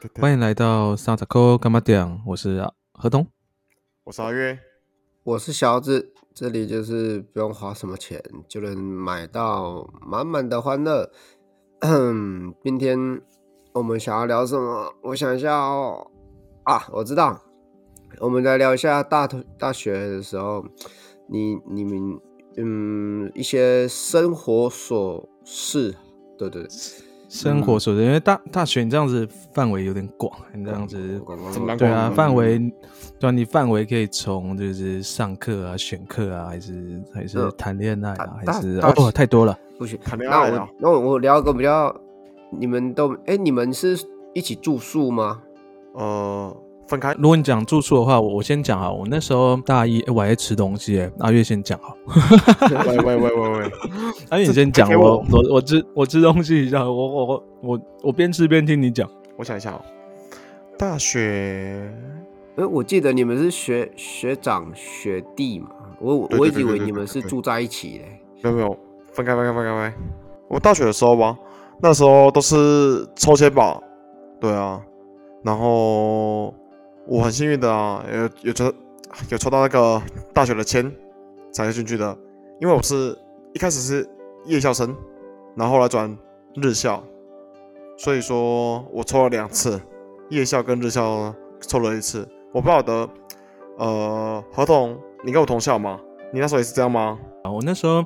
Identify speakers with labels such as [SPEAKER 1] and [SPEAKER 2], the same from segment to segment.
[SPEAKER 1] 对
[SPEAKER 2] 欢迎来到 s a n t a c o g a m a d a n 我是何东。
[SPEAKER 1] 我是阿月，
[SPEAKER 3] 我是小子，这里就是不用花什么钱就能买到满满的欢乐。 今天我们想要聊什么？我想一下哦，啊，我知道，我们来聊一下大头大学的时候，你你们嗯一些生活琐事，对对对，
[SPEAKER 2] 生活琐事，因为大大学你这样子范围有点嗯广，你这样子，
[SPEAKER 3] 广告
[SPEAKER 1] 怎么了
[SPEAKER 2] 对啊，
[SPEAKER 1] 嗯
[SPEAKER 2] 范围，对啊，你范围可以从就是上课啊、选课啊，还是还是
[SPEAKER 3] 嗯
[SPEAKER 2] 谈恋爱啊，
[SPEAKER 3] 大
[SPEAKER 2] 还是
[SPEAKER 3] 大
[SPEAKER 2] 哦，太多了。哦
[SPEAKER 3] 不行，
[SPEAKER 1] 谈恋
[SPEAKER 3] 那
[SPEAKER 1] 爱啊
[SPEAKER 3] 我那我聊个比较，你们都哎、你们是一起住宿吗？
[SPEAKER 1] 呃， 分开，
[SPEAKER 2] 如果你讲住宿的话，我我先讲啊，我那时候大一，诶我还在吃东西耶，阿月先讲好，
[SPEAKER 1] 喂喂喂喂喂，
[SPEAKER 2] 阿月你先讲，
[SPEAKER 1] 这
[SPEAKER 2] 我我我吃我吃东西一下，我我我我我边吃边听你讲。
[SPEAKER 1] 我想一下哦，大学，
[SPEAKER 3] 哎，我记得你们是学学长学弟嘛，我我
[SPEAKER 1] 对对
[SPEAKER 3] 我一
[SPEAKER 1] 对
[SPEAKER 3] 直以
[SPEAKER 1] 对
[SPEAKER 3] 为
[SPEAKER 1] 对
[SPEAKER 3] 你们是
[SPEAKER 1] 对
[SPEAKER 3] 住在一起嘞。
[SPEAKER 1] 没有没有，分开分开分开分开，我大学的时候吧，那时候都是抽签吧，对啊，然后我很幸运的啊，有有抽有抽到那个大学的签才进去的，因为我是一开始是夜校生，然后后来转日校，所以说我抽了两次，夜校跟日校抽了一次，我不晓得，呃，合同你跟我同校嘛，你那时候也是这样吗？
[SPEAKER 2] 啊，我那时候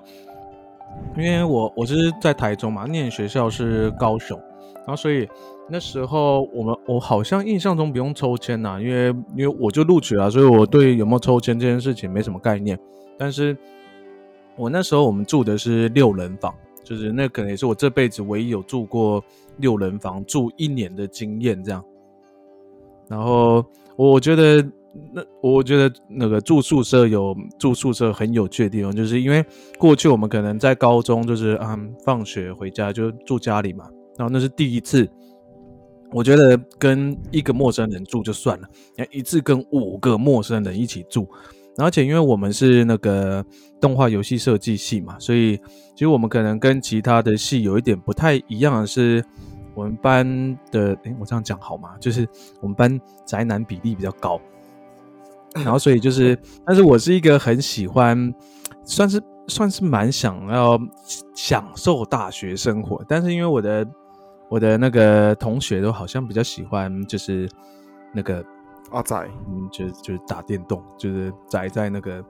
[SPEAKER 2] 因为我我是在台中嘛，念学校是高雄，然后所以那时候我们我好像印象中不用抽签呐、因为因为我就录取了，所以我对有没有抽签这件事情没什么概念。但是我那时候我们住的是六人房，就是那可能也是我这辈子唯一有住过六人房住一年的经验这样。然后我觉得那我觉得那个住宿舍有住宿舍很有趣的地方，就是因为过去我们可能在高中就是嗯放学回家就住家里嘛，然后那是第一次。我觉得跟一个陌生人住就算了，你要一次跟五个陌生人一起住，然后而且因为我们是那个动画游戏设计系嘛，所以其实我们可能跟其他的系有一点不太一样的是，我们班的，诶，我这样讲好吗？就是我们班宅男比例比较高，然后所以就是，但是我是一个很喜欢，算是算是蛮想要享受大学生活，但是因为我的我的那个同学都好像比较喜欢就是那个
[SPEAKER 1] 阿仔，
[SPEAKER 2] 嗯，就是就是打电动，就是宅在那个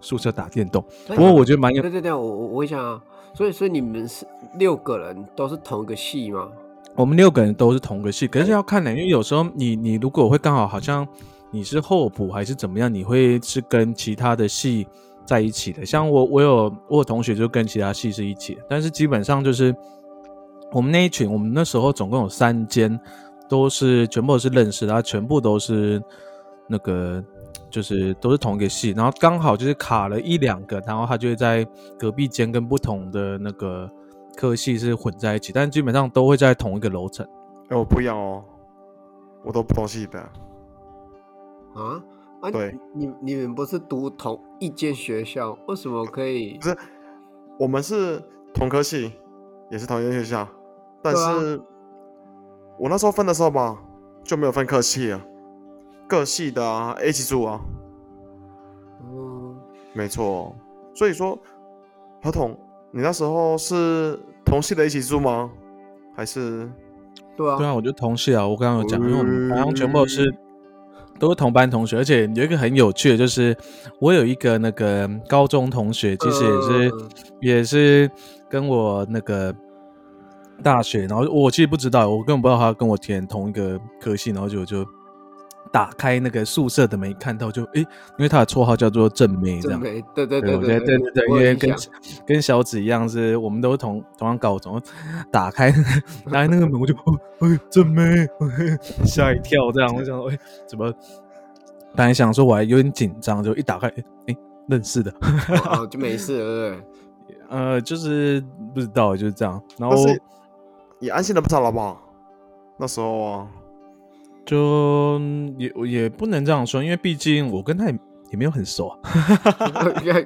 [SPEAKER 2] 宿舍打电动。不过我觉得蛮有
[SPEAKER 3] 对对对，我我我想、啊，所以所以你们是六个人都是同一个系吗？
[SPEAKER 2] 我们六个人都是同个系，可是要看呢、因为有时候你你如果会刚好好像你是候补还是怎么样，你会是跟其他的系在一起的。像我我有我有同学就跟其他系是一起的，但是基本上就是我们那一群，我们那时候总共有三间，都是全部都是认识的，然后全部都是那个就是都是同一个系，然后刚好就是卡了一两个，然后他就会在隔壁间跟不同的那个科系是混在一起，但基本上都会在同一个楼层。
[SPEAKER 1] 哎、我不一样哦，我都不懂西北，
[SPEAKER 3] 啊啊，
[SPEAKER 1] 对
[SPEAKER 3] 你，你你们不是读同一间学校，为什么可以
[SPEAKER 1] 不？是，我们是同科系，也是同一个学校，但
[SPEAKER 3] 对啊
[SPEAKER 1] 是、我那时候分的时候吧，就没有分科系了，各系的啊，一起住啊，
[SPEAKER 3] 嗯，
[SPEAKER 1] 没错，哦所以说，合同，你那时候是同系的一起住吗？还是
[SPEAKER 3] 对啊，嗯
[SPEAKER 2] 对啊，我就同系啊，我刚刚有讲，因为我们好像全部都是都是同班同学，而且有一个很有趣的，就是我有一个那个高中同学，其实也是、
[SPEAKER 3] 嗯
[SPEAKER 2] 也是跟我那个大学，然后我其实不知道，我根本不知道他跟我填同一个科系，然后就就打开那个宿舍的门一看到就诶，因为他的绰号叫做正妹这
[SPEAKER 3] 真
[SPEAKER 2] 样。
[SPEAKER 3] 没，对对
[SPEAKER 2] 对，
[SPEAKER 3] 对
[SPEAKER 2] 我觉得对
[SPEAKER 3] 对
[SPEAKER 2] 对对，因
[SPEAKER 3] 我有
[SPEAKER 2] 为
[SPEAKER 3] 印
[SPEAKER 2] 跟
[SPEAKER 3] 象
[SPEAKER 2] 跟小紫一样是，我们都是同同样高中，打开打开那个门，我就， 哦哎、正妹， 吓一跳，这样，我想说，哎、怎么？本来想说我还有点紧张，就一打开，哎、哎认识的，
[SPEAKER 3] 哦就没事了，对不对？
[SPEAKER 2] 呃，就是不知道，就是这样，然后
[SPEAKER 1] 但是也安心的不少了吧？那时候啊，
[SPEAKER 2] 就嗯也也不能这样说，因为毕竟我跟他也也没有很熟啊， 啊
[SPEAKER 1] 等一
[SPEAKER 3] 因
[SPEAKER 1] 下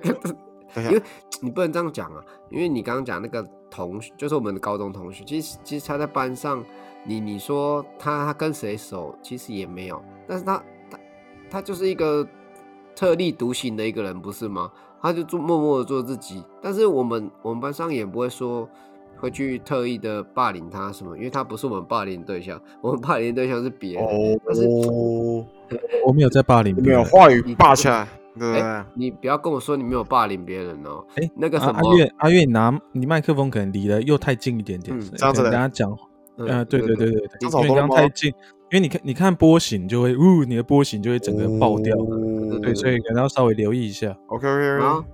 [SPEAKER 3] 为，你不能这样讲啊，因为你刚刚讲那个同学，就是我们的高中同学，其实其实他在班上你你说他他跟谁熟，其实也没有，但是他他他就是一个特立独行的一个人，不是吗？他就做默默的做自己，但是我们我们班上也不会说会去特意的霸凌他什么，因为他不是我们霸凌对象，我们霸凌对象是别人。
[SPEAKER 2] 哦
[SPEAKER 3] 但是
[SPEAKER 1] 哦，
[SPEAKER 2] 我没有在霸凌
[SPEAKER 1] 你
[SPEAKER 2] 别
[SPEAKER 1] 们有
[SPEAKER 2] 人。
[SPEAKER 1] 话语霸起来，对不对
[SPEAKER 3] 哎？你不要跟我说你没有霸凌别人哦。
[SPEAKER 2] 哎
[SPEAKER 3] 那个
[SPEAKER 2] 啊
[SPEAKER 3] 什么
[SPEAKER 2] 阿月，阿月，你拿你麦克风可能离得又太近一点点，
[SPEAKER 3] 嗯
[SPEAKER 2] 所以
[SPEAKER 1] 这样子
[SPEAKER 2] 可能
[SPEAKER 1] 嘞
[SPEAKER 2] 大家讲
[SPEAKER 3] 嗯
[SPEAKER 2] 呃，对对对对
[SPEAKER 1] 这
[SPEAKER 2] 对，
[SPEAKER 1] 样子好
[SPEAKER 2] 因为
[SPEAKER 1] 多了
[SPEAKER 2] 你刚太
[SPEAKER 1] 吗
[SPEAKER 2] 近，因为你看你看波形就会，呜，你的波形就会整个爆掉，
[SPEAKER 1] 哦
[SPEAKER 2] 对，所以可能要稍微留意一下。
[SPEAKER 1] OK OK OK，
[SPEAKER 3] 然后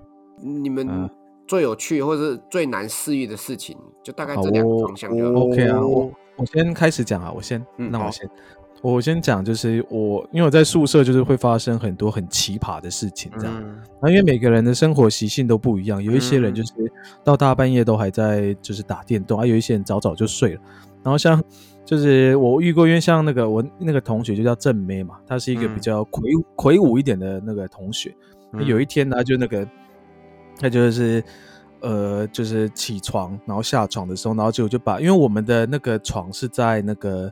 [SPEAKER 3] 你们
[SPEAKER 2] 嗯
[SPEAKER 3] 最有趣或者是最难适应的事情，就大概
[SPEAKER 2] 好
[SPEAKER 3] 这两个
[SPEAKER 2] 哦
[SPEAKER 3] 方向就好。
[SPEAKER 2] OK 啊，我我先开始讲啊，我先，
[SPEAKER 3] 嗯
[SPEAKER 2] 那
[SPEAKER 1] 好
[SPEAKER 2] 我先，我先讲，就是我因为我在宿舍就是会发生很多很奇葩的事情这样，
[SPEAKER 1] 嗯，
[SPEAKER 2] 那、因为每个人的生活习性都不一样，有一些人就是到大半夜都还在就是打电动，啊，有一些人早早就睡了。然后像就是我遇过，因为像那个我那个同学就叫郑妹嘛，她是一个
[SPEAKER 1] 嗯
[SPEAKER 2] 比较魁梧魁梧一点的那个同学。那
[SPEAKER 1] 嗯
[SPEAKER 2] 有一天呢，她就那个她就是呃就是起床，然后下床的时候，然后结果就把因为我们的那个床是在那个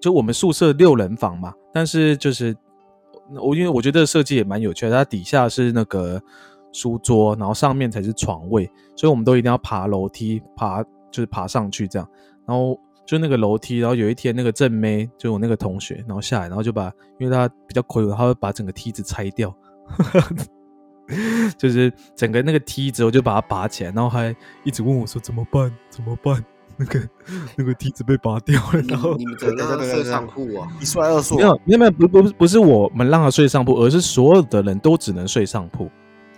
[SPEAKER 2] 就我们宿舍六人房嘛，但是就是我因为我觉得这个设计也蛮有趣的，它底下是那个书桌，然后上面才是床位，所以我们都一定要爬楼梯，爬就是爬上去这样。然后就那个楼梯，然后有一天那个正妹，就我那个同学，然后下来，然后就把因为她比较魁梧，她会把整个梯子拆掉， 就是整个那个梯子，我就把它拔起来，然后还一直问我说怎么办，怎么办？那个那个梯子被拔掉了，然后
[SPEAKER 3] 你你们怎么让他睡上铺 啊？
[SPEAKER 1] 一帅二硕
[SPEAKER 2] 没，有没有没有不不不是我们让他睡上铺，而是所有的人都只能睡上铺。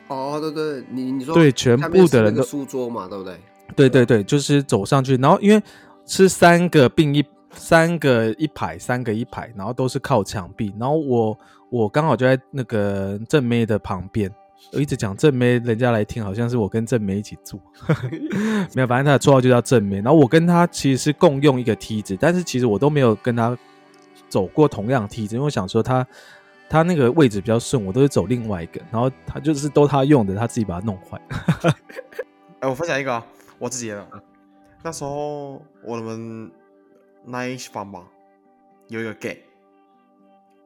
[SPEAKER 3] 哦，对对，你你说
[SPEAKER 2] 对全
[SPEAKER 3] 下面
[SPEAKER 2] 部
[SPEAKER 3] 是
[SPEAKER 2] 的
[SPEAKER 3] 那
[SPEAKER 2] 人
[SPEAKER 3] 个
[SPEAKER 2] 都
[SPEAKER 3] 书桌嘛，对不对？
[SPEAKER 2] 对对对，就是走上去，然后因为是三个并一，三个一排，三个一排，然后都是靠墙壁，然后我我刚好就在那个正妹的旁边，我一直讲正妹，人家来听好像是我跟正妹一起住，没有，反正她的绰号就叫正妹，然后我跟她其实是共用一个梯子，但是其实我都没有跟她走过同样的梯子，因为我想说她。她那个位置比较顺，我都是走另外一个，然后她就是都她用的，她自己把它弄坏。
[SPEAKER 1] 哎，我分享一个啊我自己的。那时候我们那一房吧，有一个 gay，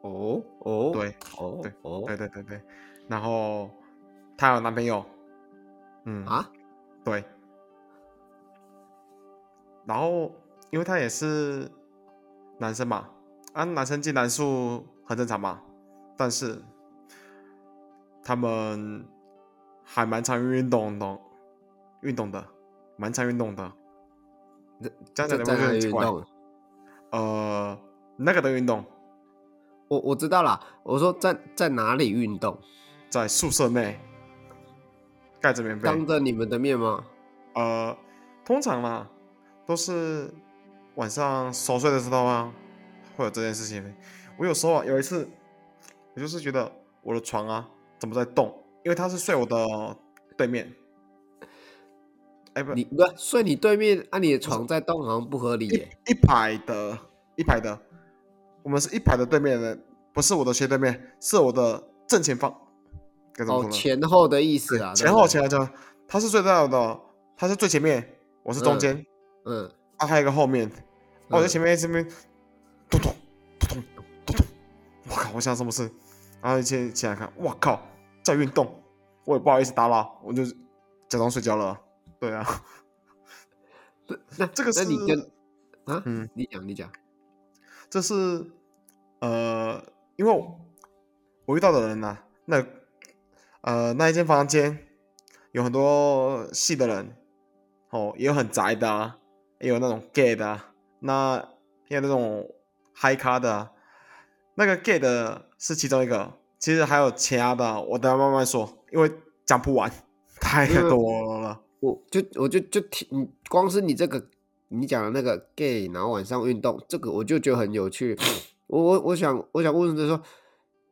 [SPEAKER 3] 哦哦，
[SPEAKER 1] 对，
[SPEAKER 3] 哦哦
[SPEAKER 1] 对对对对，然后她有男朋友，嗯，
[SPEAKER 3] 啊，
[SPEAKER 1] 对。然后因为她也是男生嘛，啊，男生进男宿很正常嘛，但是他们还蛮常运动的，运动的，蛮常运动的。这样
[SPEAKER 3] 在
[SPEAKER 1] 讲的
[SPEAKER 3] 在
[SPEAKER 1] 会
[SPEAKER 3] 哪
[SPEAKER 1] 很
[SPEAKER 3] 里
[SPEAKER 1] 奇
[SPEAKER 3] 运
[SPEAKER 1] 怪。
[SPEAKER 3] 动？
[SPEAKER 1] 呃，那个的运动
[SPEAKER 3] 我我知道啦，我说在在哪里运动？
[SPEAKER 1] 在宿舍内盖着棉被，
[SPEAKER 3] 当着你们的面吗？
[SPEAKER 1] 呃，通常啦，都是晚上熟睡的时候啊，会有这件事情。我有时候啊，有一次，我就是觉得我的床啊怎么在动，因为他是睡我的对面。哎、不，
[SPEAKER 3] 你不是睡你对面，啊，你的床在动，好像不合理
[SPEAKER 1] 一
[SPEAKER 3] 耶。
[SPEAKER 1] 一排的，一排的，我们是一排的对面的，不是我的斜对面，是我的正前方。该怎么
[SPEAKER 3] 哦
[SPEAKER 1] 说，呢？
[SPEAKER 3] 前后的意思
[SPEAKER 1] 对
[SPEAKER 3] 啊，
[SPEAKER 1] 前
[SPEAKER 3] 对
[SPEAKER 1] 后
[SPEAKER 3] 不对
[SPEAKER 1] 前后前后，他是最大的，他是最前面，我是中
[SPEAKER 3] 嗯
[SPEAKER 1] 间。
[SPEAKER 3] 嗯，
[SPEAKER 1] 啊，还有一个后面，哦，我在
[SPEAKER 3] 嗯
[SPEAKER 1] 前面这边，突突突突突突，我靠，我想什么事？然后起起来看，我靠，在运动，我也不好意思打扰，我就假装睡觉了。对啊，
[SPEAKER 3] 那
[SPEAKER 1] 这个
[SPEAKER 3] 那
[SPEAKER 1] 是，
[SPEAKER 3] 你跟啊，
[SPEAKER 1] 嗯，
[SPEAKER 3] 你讲你讲，
[SPEAKER 1] 这是呃，因为我我遇到的人呐、那呃那一间房间有很多系的人，哦，也有很宅的、啊，也有那种 gay 的、啊，那也有那种嗨咖的、啊。那个 gay 的是其中一个，其实还有其他的，啊我等下慢慢说，因为讲不完，太
[SPEAKER 3] 因为
[SPEAKER 1] 多了。
[SPEAKER 3] 我就我就就听，你光是你这个你讲的那个 gay，然后晚上运动，这个我就觉得很有趣。我我我想我想问的是说，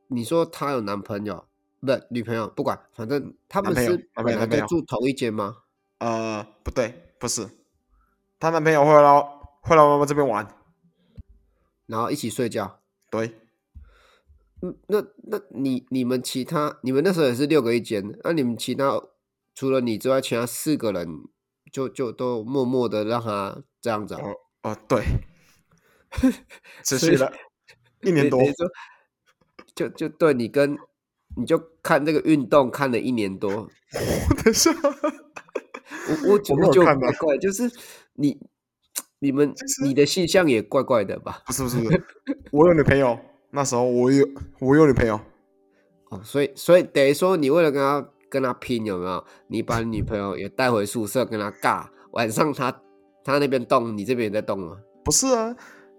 [SPEAKER 3] 你说她有男朋友，不是女朋友，不管，反正他们
[SPEAKER 1] 男朋友
[SPEAKER 3] 是
[SPEAKER 1] 男朋
[SPEAKER 3] 本
[SPEAKER 1] 友
[SPEAKER 3] 来
[SPEAKER 1] 男朋
[SPEAKER 3] 就
[SPEAKER 1] 友
[SPEAKER 3] 住同一间吗？
[SPEAKER 1] 呃，不对，不是，她男朋友会来会来我们这边玩，
[SPEAKER 3] 然后一起睡觉。
[SPEAKER 1] 对。
[SPEAKER 3] 嗯，那那你你们其他你们那时候也是六个一间，那、你们其他除了你之外，其他四个人就就都默默的让他这样子、啊。
[SPEAKER 1] 哦，对，持
[SPEAKER 3] 所
[SPEAKER 1] 续
[SPEAKER 3] 以
[SPEAKER 1] 了一年
[SPEAKER 3] 对
[SPEAKER 1] 多
[SPEAKER 3] 等，于说就就对你跟你就看这个运动看了一年多，我
[SPEAKER 1] 等一 下，
[SPEAKER 3] 我觉
[SPEAKER 1] 我没
[SPEAKER 3] 得
[SPEAKER 1] 有
[SPEAKER 3] 就
[SPEAKER 1] 看
[SPEAKER 3] 怪
[SPEAKER 1] 啊
[SPEAKER 3] 怪，就是你你们
[SPEAKER 1] 实
[SPEAKER 3] 你的性向也怪怪的吧？
[SPEAKER 1] 不是不是，不是我有女朋友，那时候我有我有女朋友，
[SPEAKER 3] 哦，所以所以等于说你为了跟他跟他拼有没有？你把你女朋友也带回宿舍跟他尬，晚上他他那边动，你这边也在动吗？
[SPEAKER 1] 不是啊，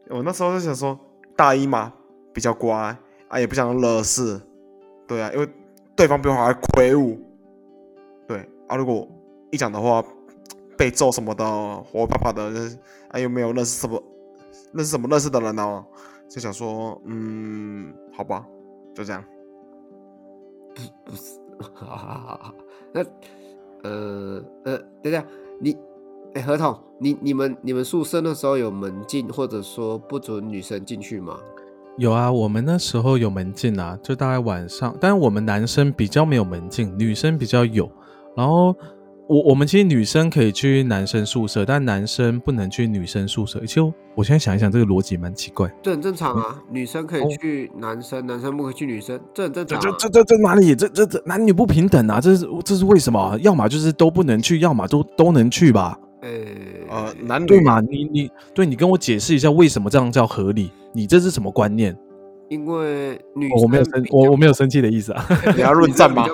[SPEAKER 1] 我那时候就想说大一嘛比较乖啊，也不想惹事，对啊，因为对方比我还魁梧，对啊，如果一讲的话被揍什么的，我怕怕的，就是啊又没有认识什么认识什么认识的人呢、啊，就想说嗯，好吧，就这样。
[SPEAKER 3] 好好好好， 那呃呃，等一下，你哎、何童，你你们你们宿舍那时候有门禁，或者说不准女生进去吗？
[SPEAKER 2] 有啊，我们那时候有门禁啊，就大概晚上，但我们男生比较没有门禁，女生比较有。然后我我们其实女生可以去男生宿舍，但男生不能去女生宿舍。其实我现在想一想，这个逻辑蛮奇怪。
[SPEAKER 3] 这很正常啊，女生可
[SPEAKER 2] 哦
[SPEAKER 3] 以去男生，男生不可以去女生，这很正
[SPEAKER 2] 这
[SPEAKER 3] 常、啊。
[SPEAKER 2] 这这这这哪里？这这这男女不平等啊！这是这是为什么？要么就是都不能去，要么都都能去吧？
[SPEAKER 3] 呃
[SPEAKER 1] 呃，男女
[SPEAKER 2] 对嘛？你你对你跟我解释一下，为什么这样叫合理？你这是什么观念？
[SPEAKER 3] 因为女
[SPEAKER 2] 哦
[SPEAKER 3] 生
[SPEAKER 2] 我没有生我我没有生气的意思啊！
[SPEAKER 1] 你要论 战吗？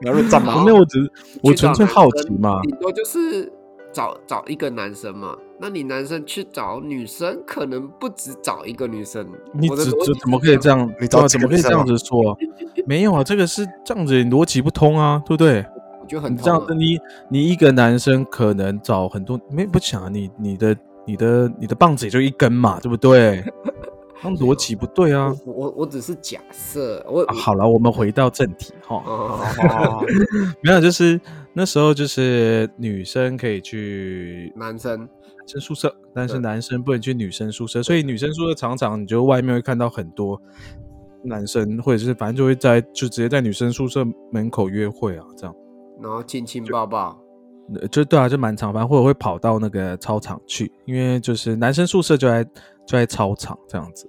[SPEAKER 1] 你要论战
[SPEAKER 3] 好
[SPEAKER 1] 吗
[SPEAKER 2] 没？有，我只是我纯粹好奇嘛。
[SPEAKER 3] 顶多就是找找一个男生嘛。那你男生去找女生，可能不止找一个女生。
[SPEAKER 2] 你
[SPEAKER 3] 我的
[SPEAKER 2] 怎
[SPEAKER 3] 逻
[SPEAKER 2] 怎
[SPEAKER 3] 辑
[SPEAKER 2] 怎么
[SPEAKER 3] 是
[SPEAKER 2] 可以
[SPEAKER 3] 这
[SPEAKER 2] 这
[SPEAKER 3] 样？
[SPEAKER 2] 样？
[SPEAKER 1] 你
[SPEAKER 2] 对
[SPEAKER 1] 找
[SPEAKER 2] 啊，
[SPEAKER 1] 几
[SPEAKER 2] 怎
[SPEAKER 1] 个
[SPEAKER 2] 么可以
[SPEAKER 1] 女
[SPEAKER 2] 这
[SPEAKER 1] 生
[SPEAKER 2] 样
[SPEAKER 1] 啊
[SPEAKER 2] 子说啊？ 没有啊，这个是这样子逻辑不通啊，对不对？
[SPEAKER 3] 我觉得很
[SPEAKER 2] 你这样子，
[SPEAKER 3] 痛啊
[SPEAKER 2] 你你一个男生可能找很多，没不想啊，你你的你的你的棒子也就一根嘛，对不对？ 那逻辑不对啊。
[SPEAKER 3] 我我我只是假设，我、
[SPEAKER 2] 啊好了，我们回到正题哈。
[SPEAKER 3] 哦，
[SPEAKER 1] 哦，
[SPEAKER 2] 没有，就是那时候就是女生可以去
[SPEAKER 3] 男生
[SPEAKER 2] 男生宿舍，但是
[SPEAKER 3] 对
[SPEAKER 2] 男生不能去女生宿舍，所以女生宿舍常常你就外面会看到很多男生，或者是反正就会在就直接在女生宿舍门口约会啊，这样，
[SPEAKER 3] 然后亲亲抱抱，
[SPEAKER 2] 呃就对啊，就蛮常，反正或者会跑到那个操场去，因为就是男生宿舍就在就在操场这样子，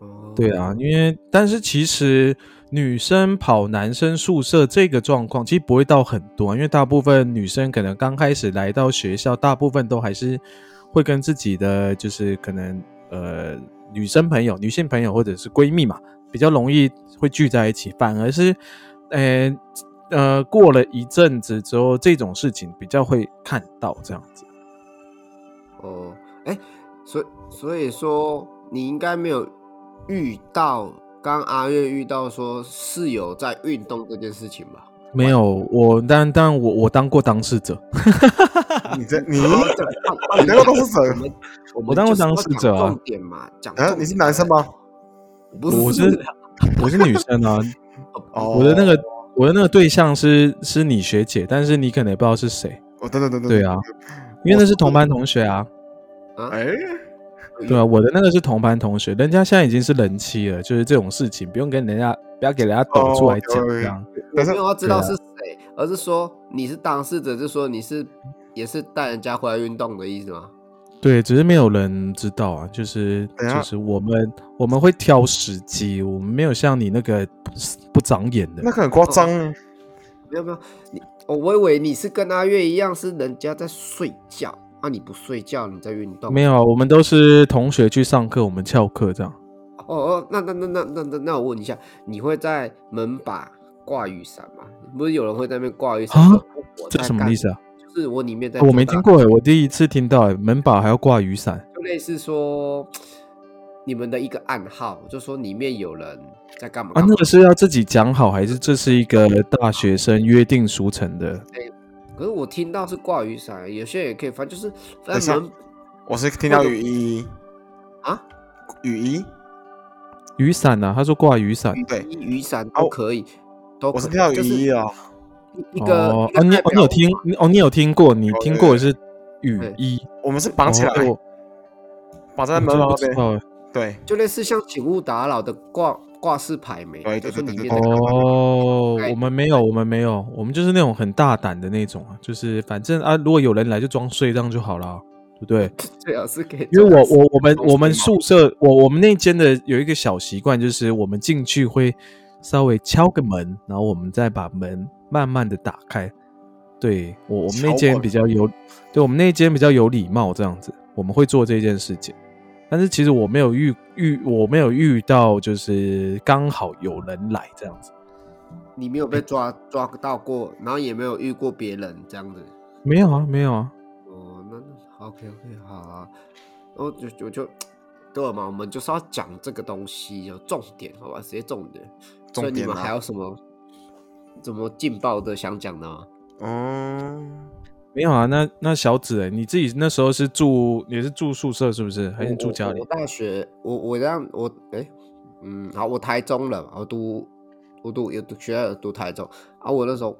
[SPEAKER 3] 哦
[SPEAKER 2] 对啊，，因为但是其实女生跑男生宿舍这个状况其实不会到很多，啊因为大部分女生可能刚开始来到学校，大部分都还是会跟自己的就是可能呃女生朋友、女性朋友或者是闺蜜嘛，比较容易会聚在一起，反而是呃呃过了一阵子之后，这种事情比较会看到这样子。
[SPEAKER 3] 哦，哎、所以所以说你应该没有遇到刚阿月遇到说室友在运动这件事情吧？
[SPEAKER 2] 没有我，但但我我当过当事者，
[SPEAKER 1] 你这你
[SPEAKER 3] 哦对放放
[SPEAKER 1] 啊你那个都是
[SPEAKER 3] 我
[SPEAKER 1] 谁？
[SPEAKER 3] 们我们
[SPEAKER 2] 我当过
[SPEAKER 3] 就是要
[SPEAKER 2] 当事者啊
[SPEAKER 3] 讲重点嘛，讲重
[SPEAKER 1] 啊，
[SPEAKER 3] 点
[SPEAKER 1] 你是男生？吗？
[SPEAKER 3] 我不
[SPEAKER 2] 我
[SPEAKER 3] 是
[SPEAKER 2] 是我是女生啊，
[SPEAKER 1] 哦，
[SPEAKER 2] 我的那个我的那个对象是是你学姐，但是你可能也不知道是谁，
[SPEAKER 1] 哦，等等等等，
[SPEAKER 2] 对啊，因为那是同班同学啊，
[SPEAKER 3] 啊，
[SPEAKER 1] 哎，
[SPEAKER 2] 对
[SPEAKER 3] 哦
[SPEAKER 2] 啊，我的那个是同班同学，人家现在已经是人妻了，就是这种事情不用跟人家不要给人家抖出来讲
[SPEAKER 1] 哦
[SPEAKER 2] 这样，
[SPEAKER 1] 但
[SPEAKER 3] 我
[SPEAKER 1] 是
[SPEAKER 3] 没有要知道
[SPEAKER 1] 啊
[SPEAKER 3] 是谁，而是说你是当事者，就是说你是也是带人家回来运动的意思吗？
[SPEAKER 2] 对，只是没有人知道啊，就是
[SPEAKER 1] 等一下
[SPEAKER 2] 就是我们我们会挑时机，我们没有像你那个不不长眼的
[SPEAKER 1] 那，个很夸张
[SPEAKER 3] 哦
[SPEAKER 1] 哎，
[SPEAKER 3] 没有没有，你哦，我以为你是跟阿月一样，是人家在睡觉，啊，你不睡觉，你在运动。
[SPEAKER 2] 没有啊，我们都是同学去上课，我们翘课这样。
[SPEAKER 3] 哦哦，那那那那那那那我问一下，你会在门把挂雨伞吗？不是有人会在那边挂雨伞
[SPEAKER 2] 啊
[SPEAKER 3] 说？我
[SPEAKER 2] 这
[SPEAKER 3] 在
[SPEAKER 2] 什么
[SPEAKER 3] 干
[SPEAKER 2] 意思啊？
[SPEAKER 3] 就是我里面在、
[SPEAKER 2] 啊我没听，过哎，我第一次听到哎，门把还要挂雨伞。
[SPEAKER 3] 就类似说你们的一个暗号，就说里面有人在干嘛
[SPEAKER 2] 啊
[SPEAKER 3] 干，嘛
[SPEAKER 2] 那个是要自己讲好，还是这是一个大学生约定俗成的？
[SPEAKER 3] 可是我听到是挂雨伞，有些人也可以翻，就是
[SPEAKER 1] 等一下
[SPEAKER 3] 在门
[SPEAKER 1] 我是听到雨衣
[SPEAKER 3] 啊，
[SPEAKER 1] 雨衣，
[SPEAKER 2] 雨伞啊，他说挂雨伞。
[SPEAKER 1] 对
[SPEAKER 3] 雨雨伞
[SPEAKER 1] 啊
[SPEAKER 3] 都
[SPEAKER 1] 我
[SPEAKER 3] 可以，都
[SPEAKER 1] 我
[SPEAKER 3] 可
[SPEAKER 1] 是
[SPEAKER 3] 以
[SPEAKER 1] 听到雨
[SPEAKER 3] 就是
[SPEAKER 1] 衣啊，
[SPEAKER 3] 一个
[SPEAKER 2] 哦
[SPEAKER 3] 一
[SPEAKER 2] 哦，
[SPEAKER 3] 个
[SPEAKER 2] 你哦
[SPEAKER 3] 代
[SPEAKER 2] 你有
[SPEAKER 3] 表
[SPEAKER 2] 听你哦你有听过，你
[SPEAKER 1] 有
[SPEAKER 2] 听
[SPEAKER 1] 有
[SPEAKER 2] 过的是雨
[SPEAKER 3] 对
[SPEAKER 2] 衣，
[SPEAKER 1] 我们是绑起来
[SPEAKER 2] 哦，对我
[SPEAKER 1] 绑 在
[SPEAKER 2] 我
[SPEAKER 1] 门
[SPEAKER 2] 真
[SPEAKER 1] 旁
[SPEAKER 2] 不知
[SPEAKER 1] 边，
[SPEAKER 2] 道哎。
[SPEAKER 1] 对，
[SPEAKER 3] 就类似像请勿打扰的挂挂饰牌没
[SPEAKER 1] 对，对
[SPEAKER 3] 就是
[SPEAKER 1] 对
[SPEAKER 3] 里
[SPEAKER 1] 对
[SPEAKER 3] 面在干嘛。
[SPEAKER 2] 哎哦
[SPEAKER 3] 哎，
[SPEAKER 2] 我们没有，我们没有，我们就是那种很大胆的那种啊，就是反正啊，如果有人来就装睡这样就好了啊。对不对？
[SPEAKER 3] 最好是给
[SPEAKER 2] 因为
[SPEAKER 3] 这
[SPEAKER 2] 我
[SPEAKER 3] 种
[SPEAKER 2] 我我们
[SPEAKER 3] 东西
[SPEAKER 2] 我们
[SPEAKER 3] 嘛
[SPEAKER 2] 宿舍我我们那间的有一个小习惯，就是我们进去会稍微敲个门，然后我们再把门慢慢的打开。对我我们那
[SPEAKER 1] 敲
[SPEAKER 2] 间
[SPEAKER 1] 门
[SPEAKER 2] 比较有，对我们那间比较有礼貌，这样子我们会做这件事情。但是其实我没有遇遇我没有遇到，就是刚好有人来这样子，
[SPEAKER 3] 你没有被抓抓到过，然后也没有遇过别人这样子。
[SPEAKER 2] 没有啊，没有啊，
[SPEAKER 3] 哦，那那 OK OK 好啊，我就我就对啊嘛，我们就是要讲这个东西，有重点，好吧，直接重点。所以
[SPEAKER 1] 重
[SPEAKER 3] 你
[SPEAKER 1] 点
[SPEAKER 3] 们
[SPEAKER 1] 啊
[SPEAKER 3] 还有什么怎么劲爆的想讲的吗？
[SPEAKER 1] 哦嗯，
[SPEAKER 2] 没有啊。那那小紫、欸，你自己那时候是住也是住宿舍是不是？还是
[SPEAKER 3] 我
[SPEAKER 2] 住
[SPEAKER 3] 我
[SPEAKER 2] 家里
[SPEAKER 3] 我？大学，我我让我哎、嗯，好，我台中人，我读我读有读学校有读台中啊，我那时候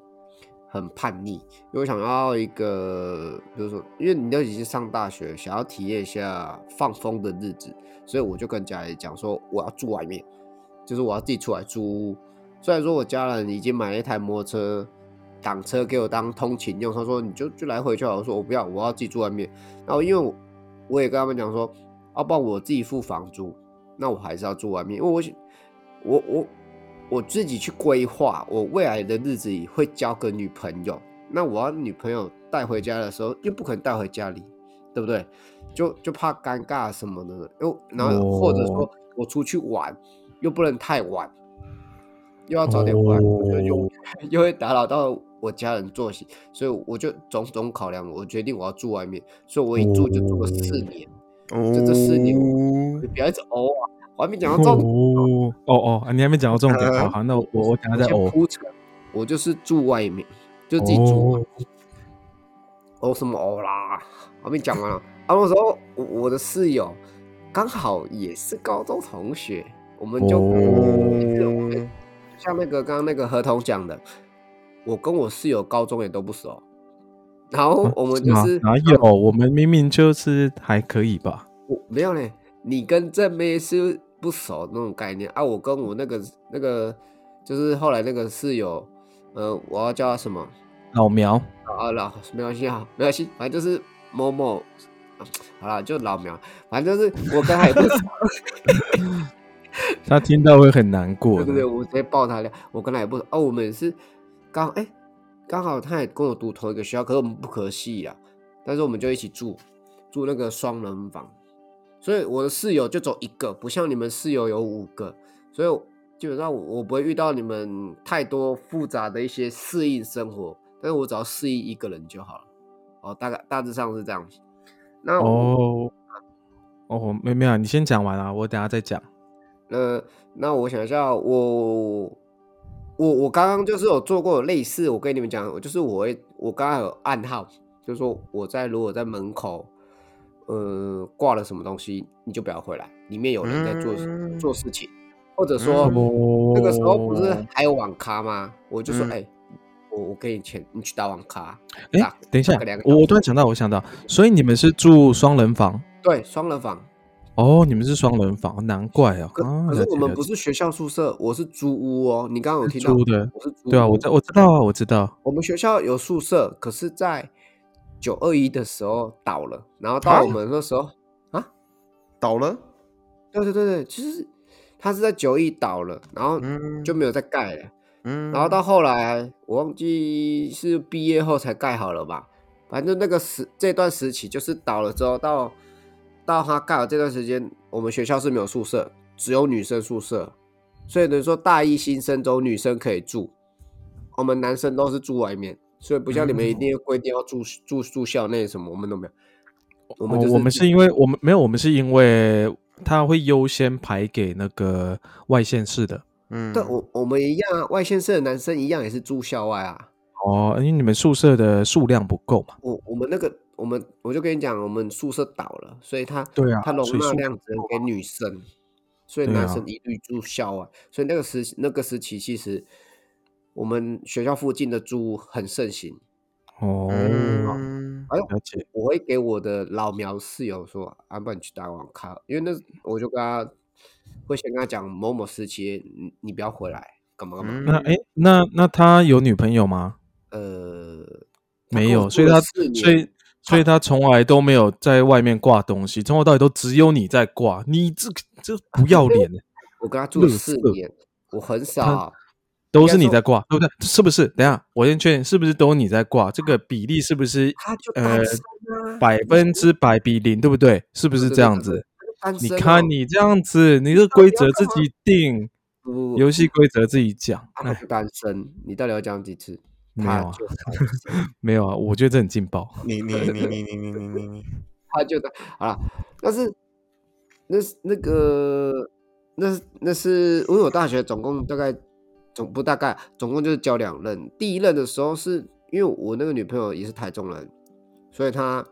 [SPEAKER 3] 很叛逆，因为我想要一个，比如说，因为你都已经上大学，想要体验一下放风的日子，所以我就跟家里讲说，我要住外面，就是我要自己出来租屋。虽然说我家人已经买了一台摩托车。挡车给我当通勤用，他说你就就来回就啊好。我说我不要，我要自己住外面。然后因为我我也跟他们讲说，要、不然我自己付房租，那我还是要住外面，因为我想我我我自己去规划我未来的日子里会交个女朋友，那我要女朋友带回家的时候又不可能带回家里，对不对？就就怕尴尬什么的，又然后
[SPEAKER 2] 哦
[SPEAKER 3] 或者说我出去玩又不能太晚，又要早点回来，我就又
[SPEAKER 2] 哦
[SPEAKER 3] 又会打扰到我家人作息，所以我就种种考量，我决定我要住外面，所以我一住就住了四年。
[SPEAKER 1] 哦，
[SPEAKER 3] 这四年你不要一直哦啊，我还 没讲到重点，
[SPEAKER 2] 哦哦哦，啊你还没讲到重点，
[SPEAKER 1] 呃
[SPEAKER 2] 好好，那我我我等下再
[SPEAKER 3] 我
[SPEAKER 2] 哦
[SPEAKER 3] 先。铺陈。我就是住外面，就自己住
[SPEAKER 2] 哦
[SPEAKER 3] 嘛。哦什么哦啦，还没讲完啊。啊那时候我我的室友刚好也是高中同学，我们就、
[SPEAKER 1] 哦，
[SPEAKER 3] 像那个刚刚那个合同讲的，我跟我室友高中也都不熟，然后
[SPEAKER 2] 啊
[SPEAKER 3] 我们
[SPEAKER 2] 是
[SPEAKER 3] 就
[SPEAKER 2] 吗
[SPEAKER 3] 是
[SPEAKER 2] 哪有？我们明明就是还可以吧？
[SPEAKER 3] 我没有嘞，你跟正妹是不熟那种概念啊。我跟我那个那个，就是后来那个室友，呃，我要叫他什么
[SPEAKER 2] 老苗，
[SPEAKER 3] 啊？老没关系啊，没关系，反正就是某某，好啦，就老苗，反正就是我跟他也不熟，
[SPEAKER 2] 他听到会很难过的。
[SPEAKER 3] 对对对，我直接爆他料，我跟他也不熟哦。我们也是刚哎，刚好他也跟我读同一个学校，可是我们不可系啊，但是我们就一起住住那个双人房，所以我的室友就走一个，不像你们室友有五个，所以基本上我我不会遇到你们太多复杂的一些适应生活，但是我只要适应一个人就好了。哦，大概大致上是这样子。那我
[SPEAKER 2] 哦哦，没没有，你先讲完啊，我等下再讲。
[SPEAKER 3] 那那我想一下，我我我刚刚就是有做过类似，我跟你们讲，我就是我会我刚刚有暗号，就是说我在如果在门口，呃，挂了什么东西，你就不要回来，里面有人在做、
[SPEAKER 1] 嗯
[SPEAKER 3] 做事情，或者说、
[SPEAKER 2] 哦
[SPEAKER 3] 那个时候不是还有网咖吗？我就说，
[SPEAKER 1] 嗯
[SPEAKER 3] 哎、我我给你钱，你去打网咖。
[SPEAKER 2] 哎
[SPEAKER 3] 打，
[SPEAKER 2] 等一下
[SPEAKER 3] 打个两个，
[SPEAKER 2] 我
[SPEAKER 3] 小
[SPEAKER 2] 我
[SPEAKER 3] 时
[SPEAKER 2] 突然想到，我想到，所以你们是住双人房
[SPEAKER 3] 对，双人房。
[SPEAKER 2] 哦？你们是双人房，难怪哦。
[SPEAKER 3] 可、
[SPEAKER 2] 啊
[SPEAKER 3] 可
[SPEAKER 2] 了
[SPEAKER 3] 是
[SPEAKER 2] 解
[SPEAKER 3] 我们
[SPEAKER 2] 了
[SPEAKER 3] 不
[SPEAKER 2] 解
[SPEAKER 3] 是学校宿舍，我是租屋哦。你刚刚有听到
[SPEAKER 2] 租的
[SPEAKER 3] 我是租屋。
[SPEAKER 2] 对啊，我知我知道啊，我知道。
[SPEAKER 3] 我们学校有宿舍，可是，在九二一的时候倒了，然后
[SPEAKER 1] 啊
[SPEAKER 3] 到我们那时候，
[SPEAKER 1] 倒了，
[SPEAKER 3] 对对对对，其实他是在九一倒了，然后
[SPEAKER 1] 嗯，
[SPEAKER 3] 就没有再盖了，
[SPEAKER 1] 嗯，
[SPEAKER 3] 然后到后来我忘记是毕业后才盖好了吧，反正那个时这段时期就是倒了之后到到他盖好这段时间，我们学校是没有宿舍，只有女生宿舍，所以等于说大一新生只有女生可以住，我们男生都是住外面，所以不像你们一定
[SPEAKER 2] 嗯
[SPEAKER 3] 要规定要住住住校内什么，我们都没有。我们
[SPEAKER 2] 哦
[SPEAKER 3] 就是、
[SPEAKER 2] 我们是因为我们没有，我们是因为他会优先排给那个外县市的。
[SPEAKER 1] 嗯，
[SPEAKER 3] 对我我们一样啊，外县市的男生一样也是住校外啊。
[SPEAKER 2] 哦，因为你们宿舍的数量不够嘛。
[SPEAKER 3] 我我们那个我们我就跟你讲，我们宿舍倒了，所以他
[SPEAKER 2] 对啊
[SPEAKER 3] 他容
[SPEAKER 2] 所以
[SPEAKER 3] 纳
[SPEAKER 2] 宿
[SPEAKER 3] 量只能给女生，所以
[SPEAKER 2] 对
[SPEAKER 3] 男
[SPEAKER 2] 啊
[SPEAKER 3] 生一律住校外。所以那个时那个时期，其实我们学校附近的租屋很盛行。
[SPEAKER 2] 哦，
[SPEAKER 1] 嗯，
[SPEAKER 3] 哎呦，
[SPEAKER 2] 了解。
[SPEAKER 3] 我会给我的老苗室友说，啊，不然你去打网咖，因为那我就跟他会先跟他讲某某时期，你你不要回来，干嘛干嘛。
[SPEAKER 2] 那
[SPEAKER 1] 嗯
[SPEAKER 2] 哎，那那他有女朋友吗？
[SPEAKER 3] 呃，他
[SPEAKER 2] 没
[SPEAKER 3] 跟
[SPEAKER 2] 有，
[SPEAKER 3] 我住
[SPEAKER 2] 所以
[SPEAKER 3] 了
[SPEAKER 2] 他
[SPEAKER 3] 四
[SPEAKER 2] 所以
[SPEAKER 3] 年
[SPEAKER 2] 所以他从来都没有在外面挂东西，从头到尾都只有你在挂，你这个这个不要脸，
[SPEAKER 3] 我跟他住了
[SPEAKER 2] 乐
[SPEAKER 3] 四
[SPEAKER 2] 色
[SPEAKER 3] 年，我很少。
[SPEAKER 2] 都是你在挂，对不对？是不是？等一下，我先确认是不是都你在挂？这个比例是不是
[SPEAKER 3] 他就
[SPEAKER 2] 呃
[SPEAKER 3] 单身啊，
[SPEAKER 2] 百分之百比零，对不对？是不是
[SPEAKER 3] 对
[SPEAKER 2] 这
[SPEAKER 3] 对
[SPEAKER 2] 样
[SPEAKER 3] 对
[SPEAKER 2] 子？
[SPEAKER 3] 他就单
[SPEAKER 2] 你
[SPEAKER 3] 身哦
[SPEAKER 2] 看你这样子，你这
[SPEAKER 3] 到底
[SPEAKER 2] 规
[SPEAKER 3] 要
[SPEAKER 2] 则自
[SPEAKER 3] 干嘛
[SPEAKER 2] 己定，
[SPEAKER 3] 不不不
[SPEAKER 2] 游戏规则自己讲。
[SPEAKER 3] 他就单身，你到底要讲几次？
[SPEAKER 2] 哎没
[SPEAKER 3] 他
[SPEAKER 2] 有啊
[SPEAKER 3] 就 单身
[SPEAKER 2] 没有啊，我觉得这很劲爆。
[SPEAKER 1] 你你你你你你你你你，
[SPEAKER 3] 他就在好了，但是那是那个那是那是因为我大学总共大概总不大概总共就是交两任，第一任的时候是因为我那个女朋友也是台中人，所以她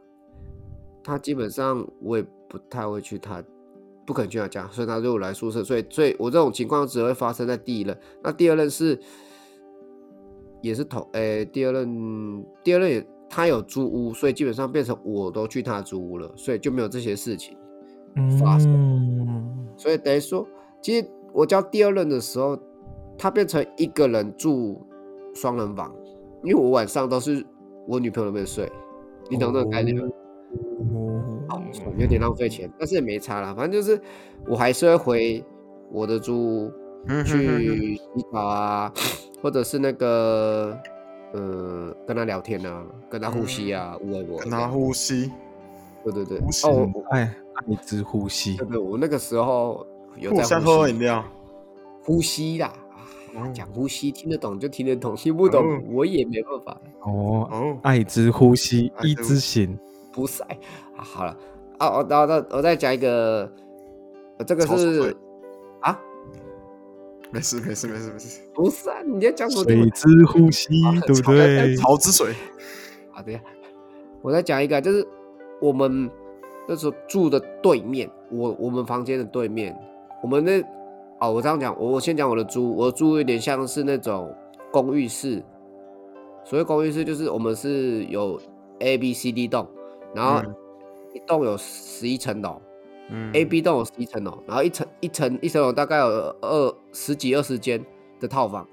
[SPEAKER 3] 她基本上我也不太会去她。不肯去她家，所以她对我来宿舍，所以所以我这种情况只会发生在第一任。那第二任是也是同诶、第二任第二任也他有租屋，所以基本上变成我都去他租屋了，所以就没有这些事情。发生
[SPEAKER 2] 嗯，
[SPEAKER 3] 所以等于说，其实我教第二任的时候，他变成一个人住双人房，因为我晚上都是我女朋友那边睡，你懂这种概念吗？
[SPEAKER 2] 哦
[SPEAKER 3] 好哦有点浪费钱，但是也没差啦，反正就是我还是会回我的租屋
[SPEAKER 1] 嗯
[SPEAKER 3] 去洗澡啊，或者是那个呃跟他聊天啊，跟他呼吸啊，我我
[SPEAKER 1] 嗯跟他呼吸，
[SPEAKER 3] 对对对，
[SPEAKER 1] 呼吸
[SPEAKER 3] 哦我我
[SPEAKER 2] 爱爱之呼吸
[SPEAKER 3] 对，对，我那个时候有
[SPEAKER 1] 互
[SPEAKER 3] 在
[SPEAKER 1] 相
[SPEAKER 3] 呼
[SPEAKER 1] 喝
[SPEAKER 3] 吸
[SPEAKER 1] 饮料，
[SPEAKER 3] 呼吸啦，啊
[SPEAKER 1] 哦
[SPEAKER 3] 讲呼吸听得懂就听得懂，听不懂
[SPEAKER 1] 哦
[SPEAKER 3] 我也没办法，
[SPEAKER 2] 哦，
[SPEAKER 1] 哦，
[SPEAKER 2] 爱之呼吸，
[SPEAKER 1] 爱之
[SPEAKER 2] 一之行。
[SPEAKER 3] 不晒。啊好了，啊，我然后再我再讲一个，呃这个
[SPEAKER 1] 超市
[SPEAKER 3] 是
[SPEAKER 1] 会
[SPEAKER 3] 啊，
[SPEAKER 1] 没事没事没事没事，
[SPEAKER 3] 不是啊，你在讲什么？
[SPEAKER 2] 水之呼吸， 对不对？
[SPEAKER 3] 嗯
[SPEAKER 1] 桃之水，
[SPEAKER 3] 好的，我再讲一个，啊就是我们那时候住的对面，我我们房间的对面，我们那哦，我这样讲，我我先讲我的租，我的租有点像是那种公寓式，所谓公寓式就是我们是有 A、B、C、D 栋，然后
[SPEAKER 1] 嗯
[SPEAKER 3] 一栋有十一层楼
[SPEAKER 1] 嗯
[SPEAKER 3] ，A、B 栋有十一层楼，然后一层一层一层楼大概有二十几二十间的套房，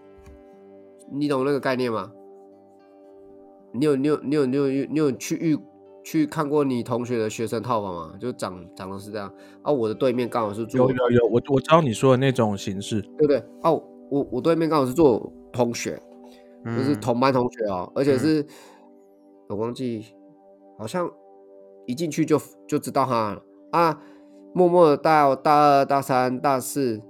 [SPEAKER 3] 你懂那个概念吗？你有你有你有你有你有去遇去看过你同学的学生套房吗？就长长得是这样啊，我的对面刚好是住
[SPEAKER 2] 有有有，我我知道你说的那种形式。
[SPEAKER 3] 对不对？哦、我我对面刚好是做同学，就是
[SPEAKER 1] 嗯
[SPEAKER 3] 同班同学哦，而且
[SPEAKER 1] 嗯
[SPEAKER 3] 是、我忘记，好像一进去就就知道他了啊。默默的到大二、大三、大四，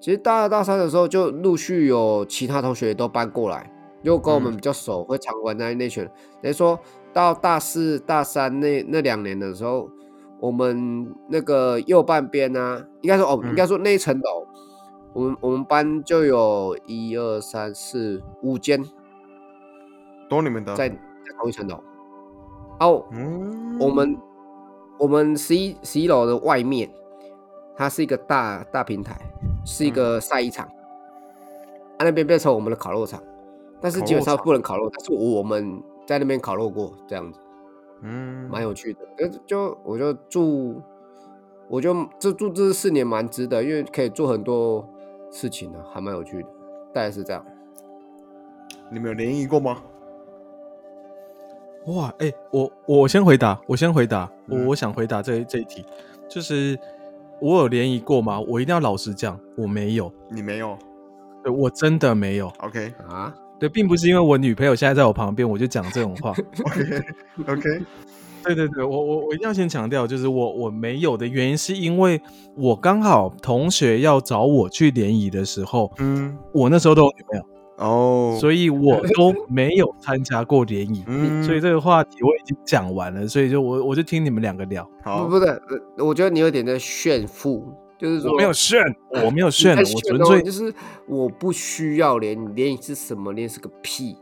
[SPEAKER 3] 其实大二、大三的时候就陆续有其他同学都搬过来，就跟我们
[SPEAKER 1] 嗯
[SPEAKER 3] 比较熟，会常玩在那群。等于说到大四、大三那那两年的时候，我们那个右半边呢、啊，应该说哦，
[SPEAKER 1] 嗯
[SPEAKER 3] 应该说那一层楼，我们我们班就有一二三四五间
[SPEAKER 1] 都你们的，
[SPEAKER 3] 在在同一层楼，然后
[SPEAKER 1] 嗯，
[SPEAKER 3] 我们我们十一十一楼的外面，它是一个大大平台，是一
[SPEAKER 1] 嗯
[SPEAKER 3] 个晒衣场，它、那边变成我们的烤肉场，但是基本上
[SPEAKER 1] 烤肉场
[SPEAKER 3] 不能烤肉，但是我们在那边烤肉过这样子。
[SPEAKER 1] 嗯
[SPEAKER 3] 蛮有趣的。就就我就住，我就这住这四年蛮值得，因为可以做很多事情的、还蛮有趣的。大概是这样。
[SPEAKER 1] 你们有联谊过吗？
[SPEAKER 2] 哇，哎、我我先回答，我先回答，我、
[SPEAKER 1] 嗯
[SPEAKER 2] 我想回答这这一题，就是我有联谊过吗？我一定要老实讲，我没有，
[SPEAKER 1] 你没有
[SPEAKER 2] 对我真的没有。
[SPEAKER 1] ，OK
[SPEAKER 3] 啊，
[SPEAKER 2] 对，并不是因为我女朋友现在在我旁边，我就讲这种 话。
[SPEAKER 1] OK OK，
[SPEAKER 2] 对对对，我我我一定要先强调，就是我我没有的原因，是因为我刚好同学要找我去联谊的时候，
[SPEAKER 1] 嗯，
[SPEAKER 2] 我那时候都有女朋友，
[SPEAKER 1] 哦，以
[SPEAKER 2] 所 以我都没有参加过联谊。
[SPEAKER 1] 嗯，
[SPEAKER 2] 所以这个话题我已经讲完了，所以就我我就听你们两个聊。
[SPEAKER 1] 好
[SPEAKER 3] 不，不对，呃我觉得你有点在炫富，就是说
[SPEAKER 2] 我没有炫，我没有
[SPEAKER 3] 你在
[SPEAKER 2] 炫，我
[SPEAKER 3] 炫
[SPEAKER 2] 纯
[SPEAKER 3] 哦
[SPEAKER 2] 粹
[SPEAKER 3] 就是我不需要连你连你是什么，连你是个屁，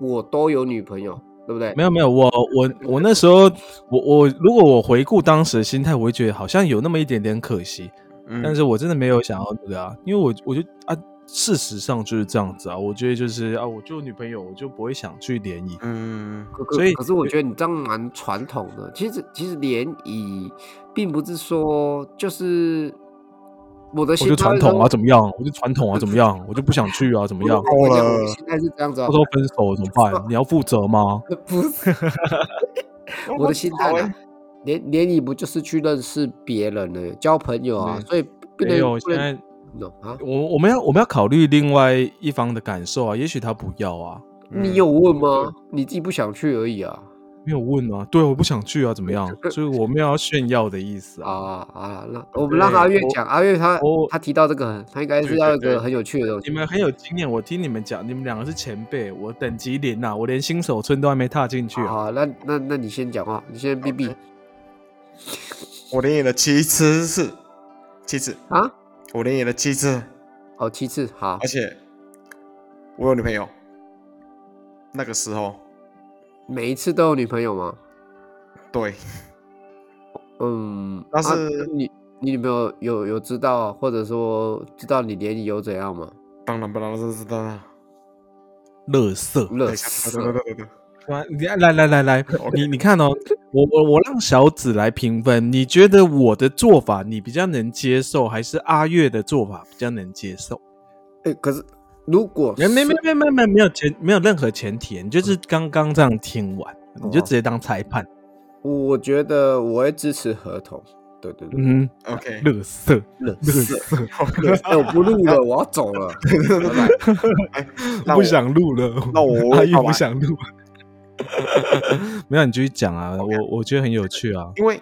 [SPEAKER 3] 我都有女朋友，对不对？
[SPEAKER 2] 没有没有，我我我那时候我我如果我回顾当时的心态，我会觉得好像有那么一点点可惜，
[SPEAKER 1] 嗯
[SPEAKER 2] 但是我真的没有想要那个啊，因为我我就啊，事实上就是这样子啊，我觉得就是啊，我就有女朋友，我就不会想去联谊。
[SPEAKER 1] 嗯，
[SPEAKER 3] 可可
[SPEAKER 2] 所以
[SPEAKER 3] 可是我觉得你这样蛮传统的。其实其实联谊，并不是说就是我的
[SPEAKER 2] 我
[SPEAKER 3] 心
[SPEAKER 2] 就
[SPEAKER 3] 态
[SPEAKER 2] 传
[SPEAKER 3] 是
[SPEAKER 2] 统啊，
[SPEAKER 3] 说
[SPEAKER 2] 怎么样？我就传统啊，怎么样？我就不想去啊，怎 么样？
[SPEAKER 1] 够了
[SPEAKER 3] 现在是这样子啊
[SPEAKER 2] 到时，候分手了怎么办？你要负责吗？
[SPEAKER 3] 不是，我的心态
[SPEAKER 1] 好
[SPEAKER 3] 啊
[SPEAKER 1] 欸，
[SPEAKER 3] 联联谊不就是去认识别人的，交朋友啊，所以不
[SPEAKER 2] 没
[SPEAKER 3] 能
[SPEAKER 2] 有，
[SPEAKER 3] 不
[SPEAKER 2] 现在
[SPEAKER 3] 能懂啊？
[SPEAKER 2] 我我们要我们要考虑另外一方的感受啊，也许他不要啊，
[SPEAKER 1] 嗯
[SPEAKER 3] 你有问吗？你自己不想去而已啊！
[SPEAKER 2] 没有问啊，对，我不想去啊，怎么样？就是我没有要炫耀的意思
[SPEAKER 3] 啊
[SPEAKER 2] 啊。
[SPEAKER 3] 啊，那我们让阿月
[SPEAKER 2] 我
[SPEAKER 3] 讲，阿月他
[SPEAKER 2] 我
[SPEAKER 3] 他提到这个很，他应该是
[SPEAKER 1] 对
[SPEAKER 3] 要一
[SPEAKER 1] 对
[SPEAKER 3] 个
[SPEAKER 1] 对
[SPEAKER 3] 很有趣的东西
[SPEAKER 2] 你。们很有经验，我听你们讲，你们两个是前辈，我等级零啊，我连新手村都还没踏进去啊。
[SPEAKER 3] 好，那那那你先讲话，你先避避
[SPEAKER 1] 我连演了七次是七次，
[SPEAKER 3] 啊。
[SPEAKER 1] 我连演了七次，
[SPEAKER 3] 好，其次，好
[SPEAKER 1] 而，且我有女朋友。那个时候，
[SPEAKER 3] 每一次都有女朋友吗？
[SPEAKER 1] 对，
[SPEAKER 3] 嗯，
[SPEAKER 1] 但
[SPEAKER 3] 啊
[SPEAKER 1] 是
[SPEAKER 3] 你你女朋友有有知道，或者说知道你联谊有怎样吗？
[SPEAKER 1] 当然不能这是当然。
[SPEAKER 2] 乐色，
[SPEAKER 1] 对
[SPEAKER 3] 乐
[SPEAKER 1] 对对
[SPEAKER 3] 色
[SPEAKER 1] 对对，
[SPEAKER 2] 啊你来来来来，你你看哦，我我我让小紫来评分，你觉得我的做法你比较能接受，还是阿月的做法比较能接受？
[SPEAKER 3] 哎、可是如果
[SPEAKER 2] 没没
[SPEAKER 3] 是
[SPEAKER 2] 没没没没没有前没有任何前提，你就是刚刚这样听完，你就直接当裁判，
[SPEAKER 3] 我觉得我会支持合同。对对对，
[SPEAKER 2] 嗯，
[SPEAKER 1] OK，
[SPEAKER 2] 乐色
[SPEAKER 3] 乐
[SPEAKER 2] 乐色，
[SPEAKER 3] 哎、我不录了，我要走 了。拜拜
[SPEAKER 1] 那
[SPEAKER 2] 不
[SPEAKER 1] 我
[SPEAKER 2] 想录了，
[SPEAKER 1] 那我
[SPEAKER 2] 阿月
[SPEAKER 1] 好吧
[SPEAKER 2] 不想录，没有你继续 讲啊，我我觉得很有趣啊，
[SPEAKER 1] 因为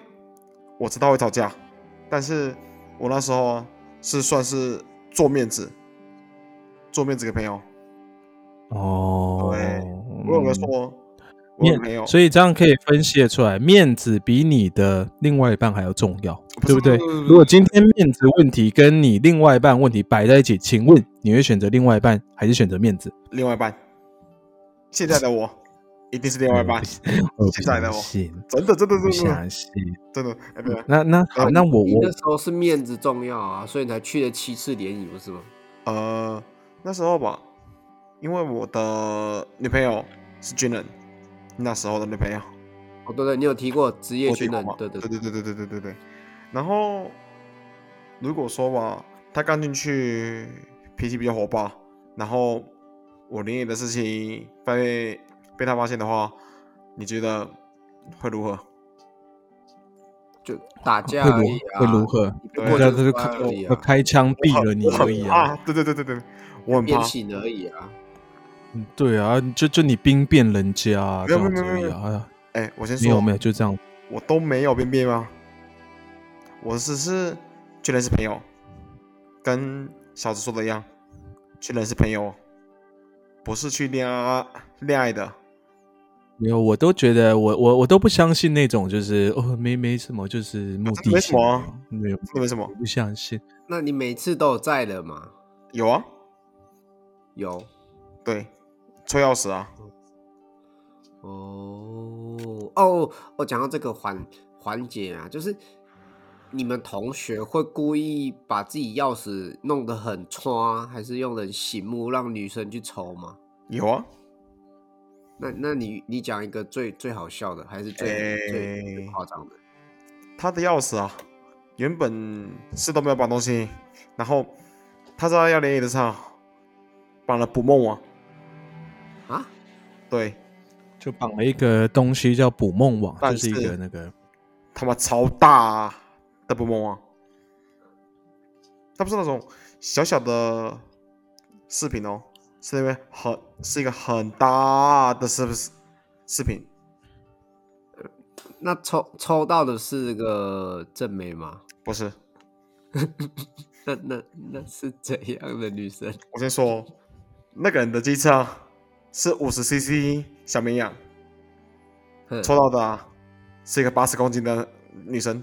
[SPEAKER 1] 我知道会吵架，但是我那时候啊是算是做面子，做面子给朋友。
[SPEAKER 2] 哦，
[SPEAKER 1] 对
[SPEAKER 2] 嗯
[SPEAKER 1] 我有没哦有说？我有
[SPEAKER 2] 面
[SPEAKER 1] 朋友，
[SPEAKER 2] 所以这样可以分析得出来，面子比你的另外一半还要重要，
[SPEAKER 1] 不
[SPEAKER 2] 对
[SPEAKER 1] 是
[SPEAKER 2] 不对
[SPEAKER 1] 不是不？是
[SPEAKER 2] 如果今天面子问题跟你另外一半问题摆在一起，请问你会选择另外一半还是选择面子？
[SPEAKER 1] 另外一半，现在的我一定是另外 一半，
[SPEAKER 2] 我不
[SPEAKER 1] 现在的
[SPEAKER 2] 相
[SPEAKER 1] 我
[SPEAKER 2] 信，
[SPEAKER 1] 真的真的
[SPEAKER 2] 我不
[SPEAKER 1] 真的
[SPEAKER 2] 相信。
[SPEAKER 1] 真的，哎对啊，
[SPEAKER 2] 那那好，那我
[SPEAKER 3] 你
[SPEAKER 2] 我
[SPEAKER 3] 那时候是面子重要啊，所以你才去了七次联谊，不是吗？
[SPEAKER 1] 呃，那时候吧，因为我的女朋友是军人，那时候的女朋友，
[SPEAKER 3] 哦，对对，你有提过职业
[SPEAKER 1] 我提
[SPEAKER 3] 军
[SPEAKER 1] 过
[SPEAKER 3] 人
[SPEAKER 1] 嘛，，
[SPEAKER 3] 对对
[SPEAKER 1] 对对对对对对对。然后如果说吧，他刚进去脾气比较火爆，然后我联谊的事情被被他发现的话，你觉得会如何？
[SPEAKER 3] 就打架
[SPEAKER 2] 会
[SPEAKER 3] 而
[SPEAKER 2] 如
[SPEAKER 3] 已啊，
[SPEAKER 2] 会如何？
[SPEAKER 3] 对
[SPEAKER 1] 我
[SPEAKER 2] 那
[SPEAKER 3] 就
[SPEAKER 2] 他就
[SPEAKER 3] 乖而已
[SPEAKER 2] 开
[SPEAKER 3] 啊
[SPEAKER 2] 开枪
[SPEAKER 1] 我
[SPEAKER 2] 毙
[SPEAKER 1] 很
[SPEAKER 2] 了你
[SPEAKER 1] 我很
[SPEAKER 2] 而已啊！
[SPEAKER 1] 怕，对对对对对，我很
[SPEAKER 3] 变
[SPEAKER 1] 怕，
[SPEAKER 3] 性而已啊。
[SPEAKER 2] 嗯对啊，就就你兵变人家啊
[SPEAKER 1] 没
[SPEAKER 2] 这
[SPEAKER 1] 有
[SPEAKER 2] 样
[SPEAKER 1] 没有
[SPEAKER 2] 子
[SPEAKER 1] 没
[SPEAKER 2] 而
[SPEAKER 1] 有
[SPEAKER 2] 已啊！哎呀
[SPEAKER 1] 哎，我先
[SPEAKER 2] 没有
[SPEAKER 1] 说
[SPEAKER 2] 没，有，就这样。
[SPEAKER 1] 我都没有便便吗？我只是去认识朋友，跟小子说的一样，去认识朋友，不是去恋爱恋爱的。
[SPEAKER 2] 没有，我都觉得我我我都不相信那种就是哦没没什么，就是目的
[SPEAKER 1] 没什
[SPEAKER 2] 性的、
[SPEAKER 1] 么啊
[SPEAKER 2] 没有
[SPEAKER 1] 那为什么？
[SPEAKER 2] 不相信。
[SPEAKER 3] 那你每次都有在的嘛？
[SPEAKER 1] 有啊，
[SPEAKER 3] 有
[SPEAKER 1] 对，吹钥匙啊，
[SPEAKER 3] 哦哦，我讲到这个环环节啊，就是你们同学会故意把自己钥匙弄得很穿，还是用得很醒目，让女生去抽吗？
[SPEAKER 1] 有啊，
[SPEAKER 3] 那那你你讲一个最最好笑的，还是最、最最
[SPEAKER 1] 哎
[SPEAKER 3] 夸张的？
[SPEAKER 1] 他的钥匙啊，原本是都没有绑东西，然后他知道要联谊的上，绑了捕梦网，
[SPEAKER 3] 啊？
[SPEAKER 1] 对
[SPEAKER 2] 就绑了一个东西叫捕梦网，
[SPEAKER 1] 但
[SPEAKER 2] 就是一
[SPEAKER 1] 是
[SPEAKER 2] 个那个
[SPEAKER 1] 他妈超大、啊、的捕梦网，它不是那种小小的饰品哦，是因为很是一个很大的饰饰品，
[SPEAKER 3] 那抽抽到的是个正妹吗？
[SPEAKER 1] 不是。
[SPEAKER 3] 那那那是怎样的女生？
[SPEAKER 1] 我先说哦，那个人的机车啊是五十 CC 小绵羊。
[SPEAKER 3] 哼
[SPEAKER 1] 抽到的、啊、是一个八十公斤的女生，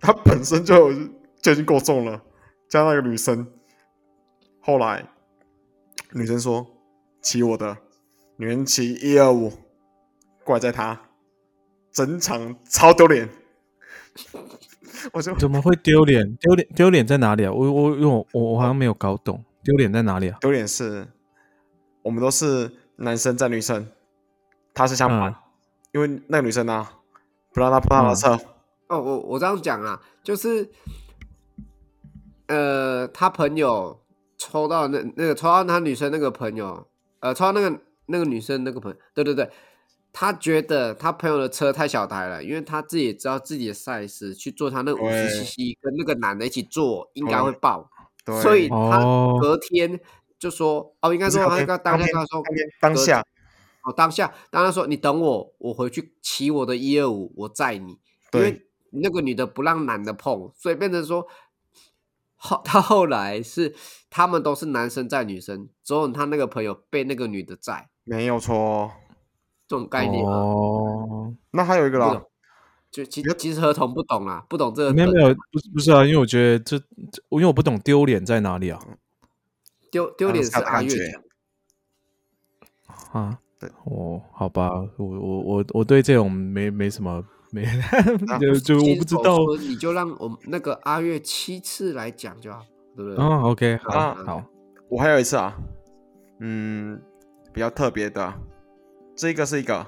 [SPEAKER 1] 她本身就有就已经够重了，加上那个女生，后来女生说骑我的，女人骑一二五，怪在她，整场超丢脸， 我就
[SPEAKER 2] 怎么会丢脸？丢脸丢脸在哪里啊？我我因为我我我好像没有搞懂丢脸在哪里啊？
[SPEAKER 1] 丢脸是，我们都是男生站女生，她是相反，
[SPEAKER 2] 嗯
[SPEAKER 1] 因为那个女生啊不让她碰她的车，
[SPEAKER 3] 哦，我我这样讲啊，就是，呃，他朋友抽到那那个抽到他女生那个朋友，呃，抽到那个那个女生那个朋友，对对对，他觉得他朋友的车太小台了，因为他自己也知道自己的 size 去做他那五
[SPEAKER 1] 对
[SPEAKER 3] 十 cc 跟那个男的一起做，应该会爆，
[SPEAKER 1] 对，
[SPEAKER 3] 所以他
[SPEAKER 2] 哦
[SPEAKER 3] 隔天就说哦，应该
[SPEAKER 1] 不是
[SPEAKER 3] 说
[SPEAKER 1] 隔
[SPEAKER 3] 他
[SPEAKER 1] 天
[SPEAKER 3] 刚当
[SPEAKER 1] 当
[SPEAKER 3] 下
[SPEAKER 1] 天
[SPEAKER 3] 跟他说
[SPEAKER 1] 当天当
[SPEAKER 3] 隔
[SPEAKER 1] 下，
[SPEAKER 3] 哦当下，当他说你等我，我回去骑我的一二五，我载你，因
[SPEAKER 1] 对
[SPEAKER 3] 为那个女的不让男的碰，所以变成说后他后来是他们都是男生载女生，只有他那个朋友被那个女的载，
[SPEAKER 1] 没有错。哦
[SPEAKER 3] 这种概念啊。
[SPEAKER 2] 哦，
[SPEAKER 1] 那还有一个
[SPEAKER 3] 不
[SPEAKER 1] 啦
[SPEAKER 3] 懂，就其
[SPEAKER 1] 有
[SPEAKER 3] 其实合同不懂啦，不懂这个
[SPEAKER 2] 没有
[SPEAKER 3] 梗
[SPEAKER 2] 没有，不是不是啊，因为我觉得这，这因为我不懂丢脸在哪里啊
[SPEAKER 3] 丢丢脸
[SPEAKER 1] 是
[SPEAKER 3] 是
[SPEAKER 1] 看
[SPEAKER 3] 阿
[SPEAKER 1] 感
[SPEAKER 3] 月
[SPEAKER 1] 觉
[SPEAKER 3] 讲，
[SPEAKER 2] 啊
[SPEAKER 1] 对，
[SPEAKER 2] 哦，好吧，我我我我对这种没没什么没， 就就我
[SPEAKER 3] 亲
[SPEAKER 2] 不知
[SPEAKER 3] 口
[SPEAKER 2] 道
[SPEAKER 3] 说你就让我们那个阿月七次来讲就好，对不对？
[SPEAKER 2] 啊。OK，好
[SPEAKER 1] 啊
[SPEAKER 2] 好，
[SPEAKER 1] 我还有一次啊，嗯，比较特别的啊，这个是一个，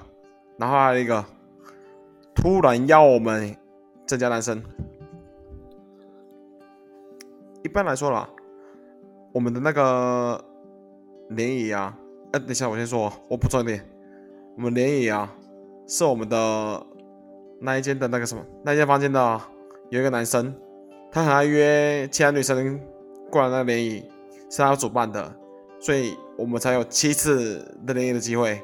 [SPEAKER 1] 然后还有一个突然要我们增加男生。一般来说啦，我们的那个联谊啊，呃，等一下我先说哦，我补充一点，我们联谊啊，是我们的那一间的那个什么，那一间房间的啊有一个男生，他很爱约其他女生过来那个联谊，是他主办的，所以我们才有七次的联谊的机会。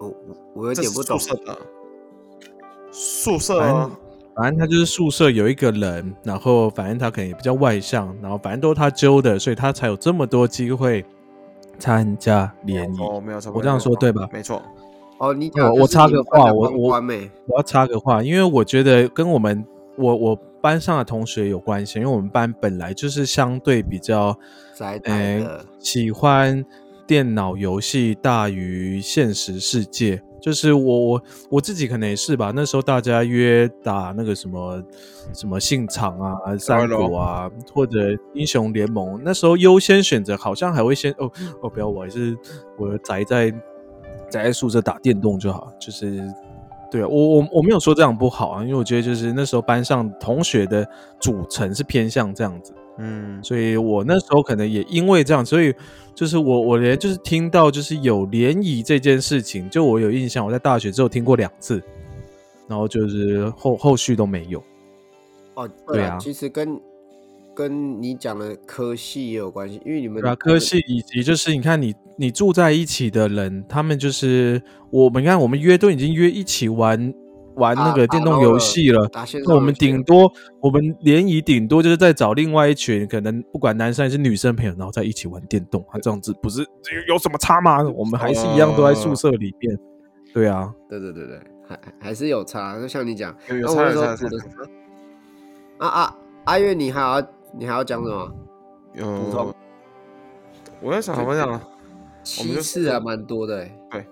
[SPEAKER 3] 我我我有
[SPEAKER 1] 这
[SPEAKER 3] 点
[SPEAKER 1] 是
[SPEAKER 3] 不懂
[SPEAKER 1] 宿，舍的，宿舍
[SPEAKER 2] 反
[SPEAKER 1] 啊
[SPEAKER 2] 正反正他就是宿舍有一个人，然后反正他可能也比较外向，然后反正都是他揪的，所以他才有这么多机会参加联谊。
[SPEAKER 1] 哦，没有错，
[SPEAKER 2] 我这样说对吧
[SPEAKER 1] 没错，
[SPEAKER 3] 哦，你讲的
[SPEAKER 2] 我我
[SPEAKER 3] 是
[SPEAKER 2] 插
[SPEAKER 3] 你
[SPEAKER 2] 个
[SPEAKER 3] 们班
[SPEAKER 2] 话
[SPEAKER 3] 的欸
[SPEAKER 2] 我
[SPEAKER 3] 公
[SPEAKER 2] 我
[SPEAKER 3] 关妹
[SPEAKER 2] 我要插个话，因为我觉得跟我们我我班上的同学有关系，因为我们班本来就是相对比较
[SPEAKER 3] 宅宅
[SPEAKER 2] 嗯，
[SPEAKER 3] 的，
[SPEAKER 2] 喜欢电脑游戏大于现实世界。就是我我我自己可能也是吧，那时候大家约打那个什么什么信长啊、三国啊，或者英雄联盟，那时候优先选择好像还会先哦哦，不要，我还是我宅在宅在宿舍打电动就好，就是对啊，我我我没有说这样不好啊，因为我觉得就是那时候班上同学的组成是偏向这样子。
[SPEAKER 1] 嗯，
[SPEAKER 2] 所以我那时候可能也因为这样，所以就是我我连就是听到就是有联谊这件事情，就我有印象，我在大学之后听过两次，然后就是后后续都没有。
[SPEAKER 3] 哦，
[SPEAKER 2] 对
[SPEAKER 3] 啦
[SPEAKER 2] 啊
[SPEAKER 3] 其实跟跟你讲的科系也有关系，因为你们
[SPEAKER 2] 对啊，
[SPEAKER 3] 你
[SPEAKER 2] 科
[SPEAKER 3] 们
[SPEAKER 2] 系以及就是你看你你住在一起的人，他们就是我们你看我们约都已经约一起玩玩那
[SPEAKER 3] 打
[SPEAKER 2] 个
[SPEAKER 3] 啊打
[SPEAKER 2] 电动
[SPEAKER 3] LOL
[SPEAKER 2] 游
[SPEAKER 3] 了
[SPEAKER 2] 戏了，
[SPEAKER 3] 打线上
[SPEAKER 2] 那我们
[SPEAKER 3] 游戏
[SPEAKER 2] 顶
[SPEAKER 3] 了
[SPEAKER 2] 多我们联谊顶多就是在找另外一群可能不管男生还是女生朋友，然后在一起玩电动，啊，这样子不是有有什么差吗？我们还是一样都在
[SPEAKER 1] 哦
[SPEAKER 2] 宿舍里面。对啊，
[SPEAKER 3] 对对对对，还还是有差，就像你讲，
[SPEAKER 1] 有嗯有
[SPEAKER 3] 那
[SPEAKER 1] 差
[SPEAKER 3] 我
[SPEAKER 1] 有
[SPEAKER 3] 那时
[SPEAKER 1] 差
[SPEAKER 3] 候
[SPEAKER 1] 有差
[SPEAKER 3] 补的啊啊阿月，你还要你还要讲什么？普
[SPEAKER 1] 有
[SPEAKER 3] 通。
[SPEAKER 1] 我在想怎么讲啊，们
[SPEAKER 3] 七
[SPEAKER 1] 就
[SPEAKER 3] 次
[SPEAKER 1] 是
[SPEAKER 3] 还蛮多的欸，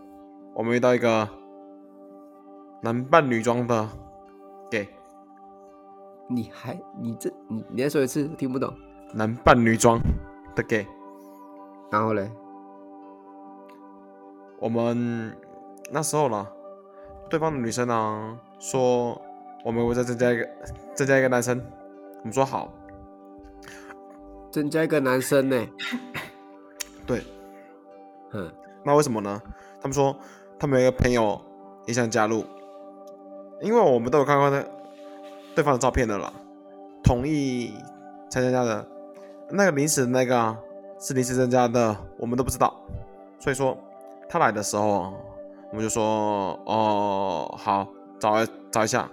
[SPEAKER 1] 我们遇到一个男扮女装的 gay，
[SPEAKER 3] 你还你这你你再说一次，听不懂。
[SPEAKER 1] 男扮女装的 gay，
[SPEAKER 3] 然后嘞，
[SPEAKER 1] 我们那时候啦，对方的女生啊说我们会再增加一个增加一个男生，我们说好，
[SPEAKER 3] 增加一个男生呢，
[SPEAKER 1] 对，
[SPEAKER 3] 嗯，
[SPEAKER 1] 那为什么呢？他们说他们有一个朋友也想加入，因为我们都有看过那对方的照片的啦，同意参加的。那个临时的那个啊是临时增加的，我们都不知道。所以说他来的时候啊，我们就说哦好，找一找一下。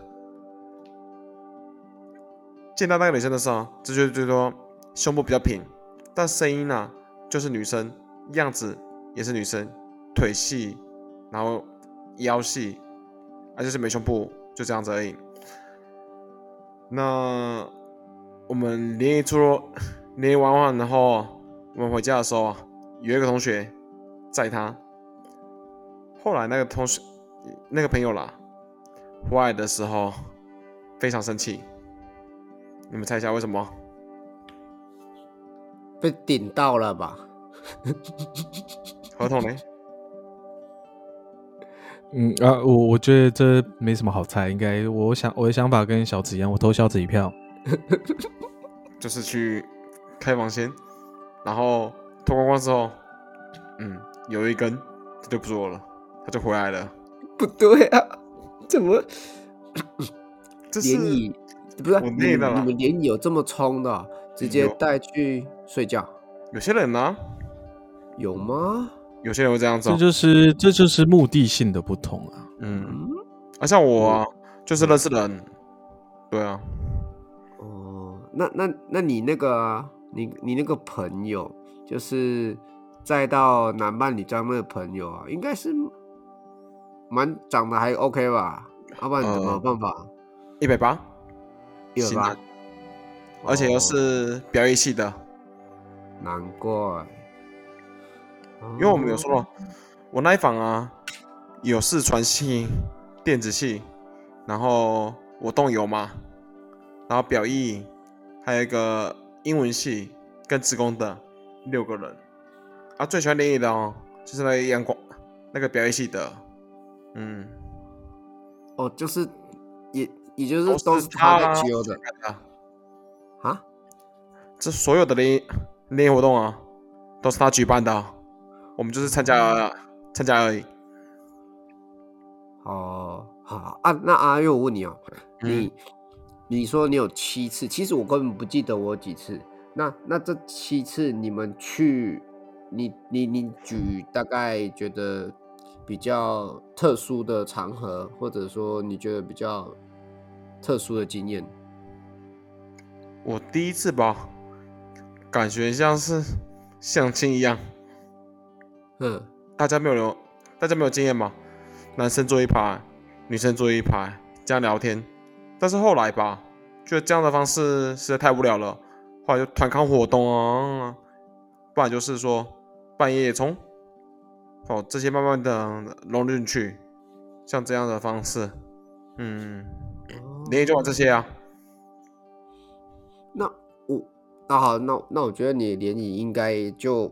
[SPEAKER 1] 见到那个女生的时候，这就就说胸部比较平，但声音呢、就是女生，样子也是女生，腿细，然后腰细，啊就是没胸部，就这样子而已。那我们联谊出了联谊玩完，然后我们回家的时候，啊有一个同学载他，后来那个同学那个朋友啦，回来的时候非常生气，你们猜一下为什么？
[SPEAKER 3] 被顶到了吧？
[SPEAKER 1] 合同呢？
[SPEAKER 2] 嗯啊，我我觉得这没什么好猜，应该我想我的想法跟小紫一样，我投小紫一票。
[SPEAKER 1] 就是去开房间，然后脱光光之后，嗯，有一根，这就不做了。他就回来了。
[SPEAKER 3] 不对啊，怎么
[SPEAKER 1] 这是
[SPEAKER 3] 联谊？不是啊
[SPEAKER 1] 我
[SPEAKER 3] 你
[SPEAKER 1] 累
[SPEAKER 3] 们
[SPEAKER 1] 了啦
[SPEAKER 3] 你们联谊有这么冲的啊？直接
[SPEAKER 1] 有
[SPEAKER 3] 带去睡觉
[SPEAKER 1] 有些人呢、啊
[SPEAKER 3] 有吗？
[SPEAKER 1] 有些人会这样子、
[SPEAKER 2] 这
[SPEAKER 1] 哦。
[SPEAKER 2] 就是这就是目的性的不同啊。
[SPEAKER 1] 嗯，
[SPEAKER 3] 嗯，
[SPEAKER 1] 啊，像我啊，就是认识人。对啊，
[SPEAKER 3] 哦，那那那你那个啊，你你那个朋友，就是再到男扮女装那个朋友啊，应该是蛮长得还 OK 吧？要不然怎么有办法？
[SPEAKER 1] 一百八，
[SPEAKER 3] 有
[SPEAKER 1] 呃行
[SPEAKER 3] 吧
[SPEAKER 1] 啊？而且又是表演系的，
[SPEAKER 3] 哦难怪，
[SPEAKER 1] 因为我们有说了，我那一房啊，有视传系、电子系，然后我动游嘛，然后表意，还有一个英文系跟职工的六个人，啊，最喜欢联谊的哦，就是那个阳光那个表意系的，嗯，
[SPEAKER 3] 哦，就是也也就
[SPEAKER 1] 都
[SPEAKER 3] 是
[SPEAKER 1] 是
[SPEAKER 3] 都是他
[SPEAKER 1] 他
[SPEAKER 3] 在揪的
[SPEAKER 1] 啊，
[SPEAKER 3] 啊。
[SPEAKER 1] 这所有的联谊联谊活动啊，都是他举办的啊，我们就是参加参加而已，
[SPEAKER 3] 哦，好啊，那阿月，我问你哦，你、你说你有七次，其实我根本不记得我有几次。那那这七次你们去，你你你举大概觉得比较特殊的场合，或者说你觉得比较特殊的经验，
[SPEAKER 1] 我第一次吧，感觉像是相亲一样，
[SPEAKER 3] 嗯，
[SPEAKER 1] 大家没有人，大家没有经验嘛，男生坐一排，女生坐一排，这样聊天。但是后来吧，觉得这样的方式实在太无聊了，后来就团康活动啊，不然就是说半夜冲，哦，这些慢慢的融入进去，像这样的方式，嗯，联谊就玩这些啊，
[SPEAKER 3] 那我那好，那那我觉得你的联谊应该就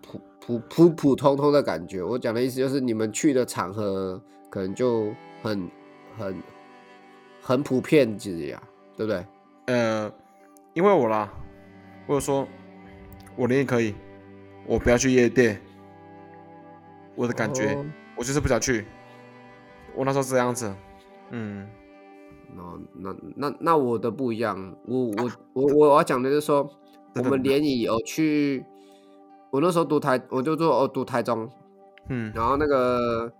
[SPEAKER 3] 普普普普通通的感觉。我讲的意思就是，你们去的场合可能就很很很普遍这样，对不对？
[SPEAKER 1] 呃，因为我啦，我有说，我联谊可以，我不要去夜店，我的感觉，
[SPEAKER 3] 哦
[SPEAKER 1] 我就是不想去。我那时候这样子，嗯，
[SPEAKER 3] 哦，那那那我的不一样，我我我我要讲的就是 说，我
[SPEAKER 1] 真的
[SPEAKER 3] 们
[SPEAKER 1] 吗
[SPEAKER 3] 联谊有去，我那时候读台，我就说哦读台中，
[SPEAKER 1] 嗯，
[SPEAKER 3] 然后那个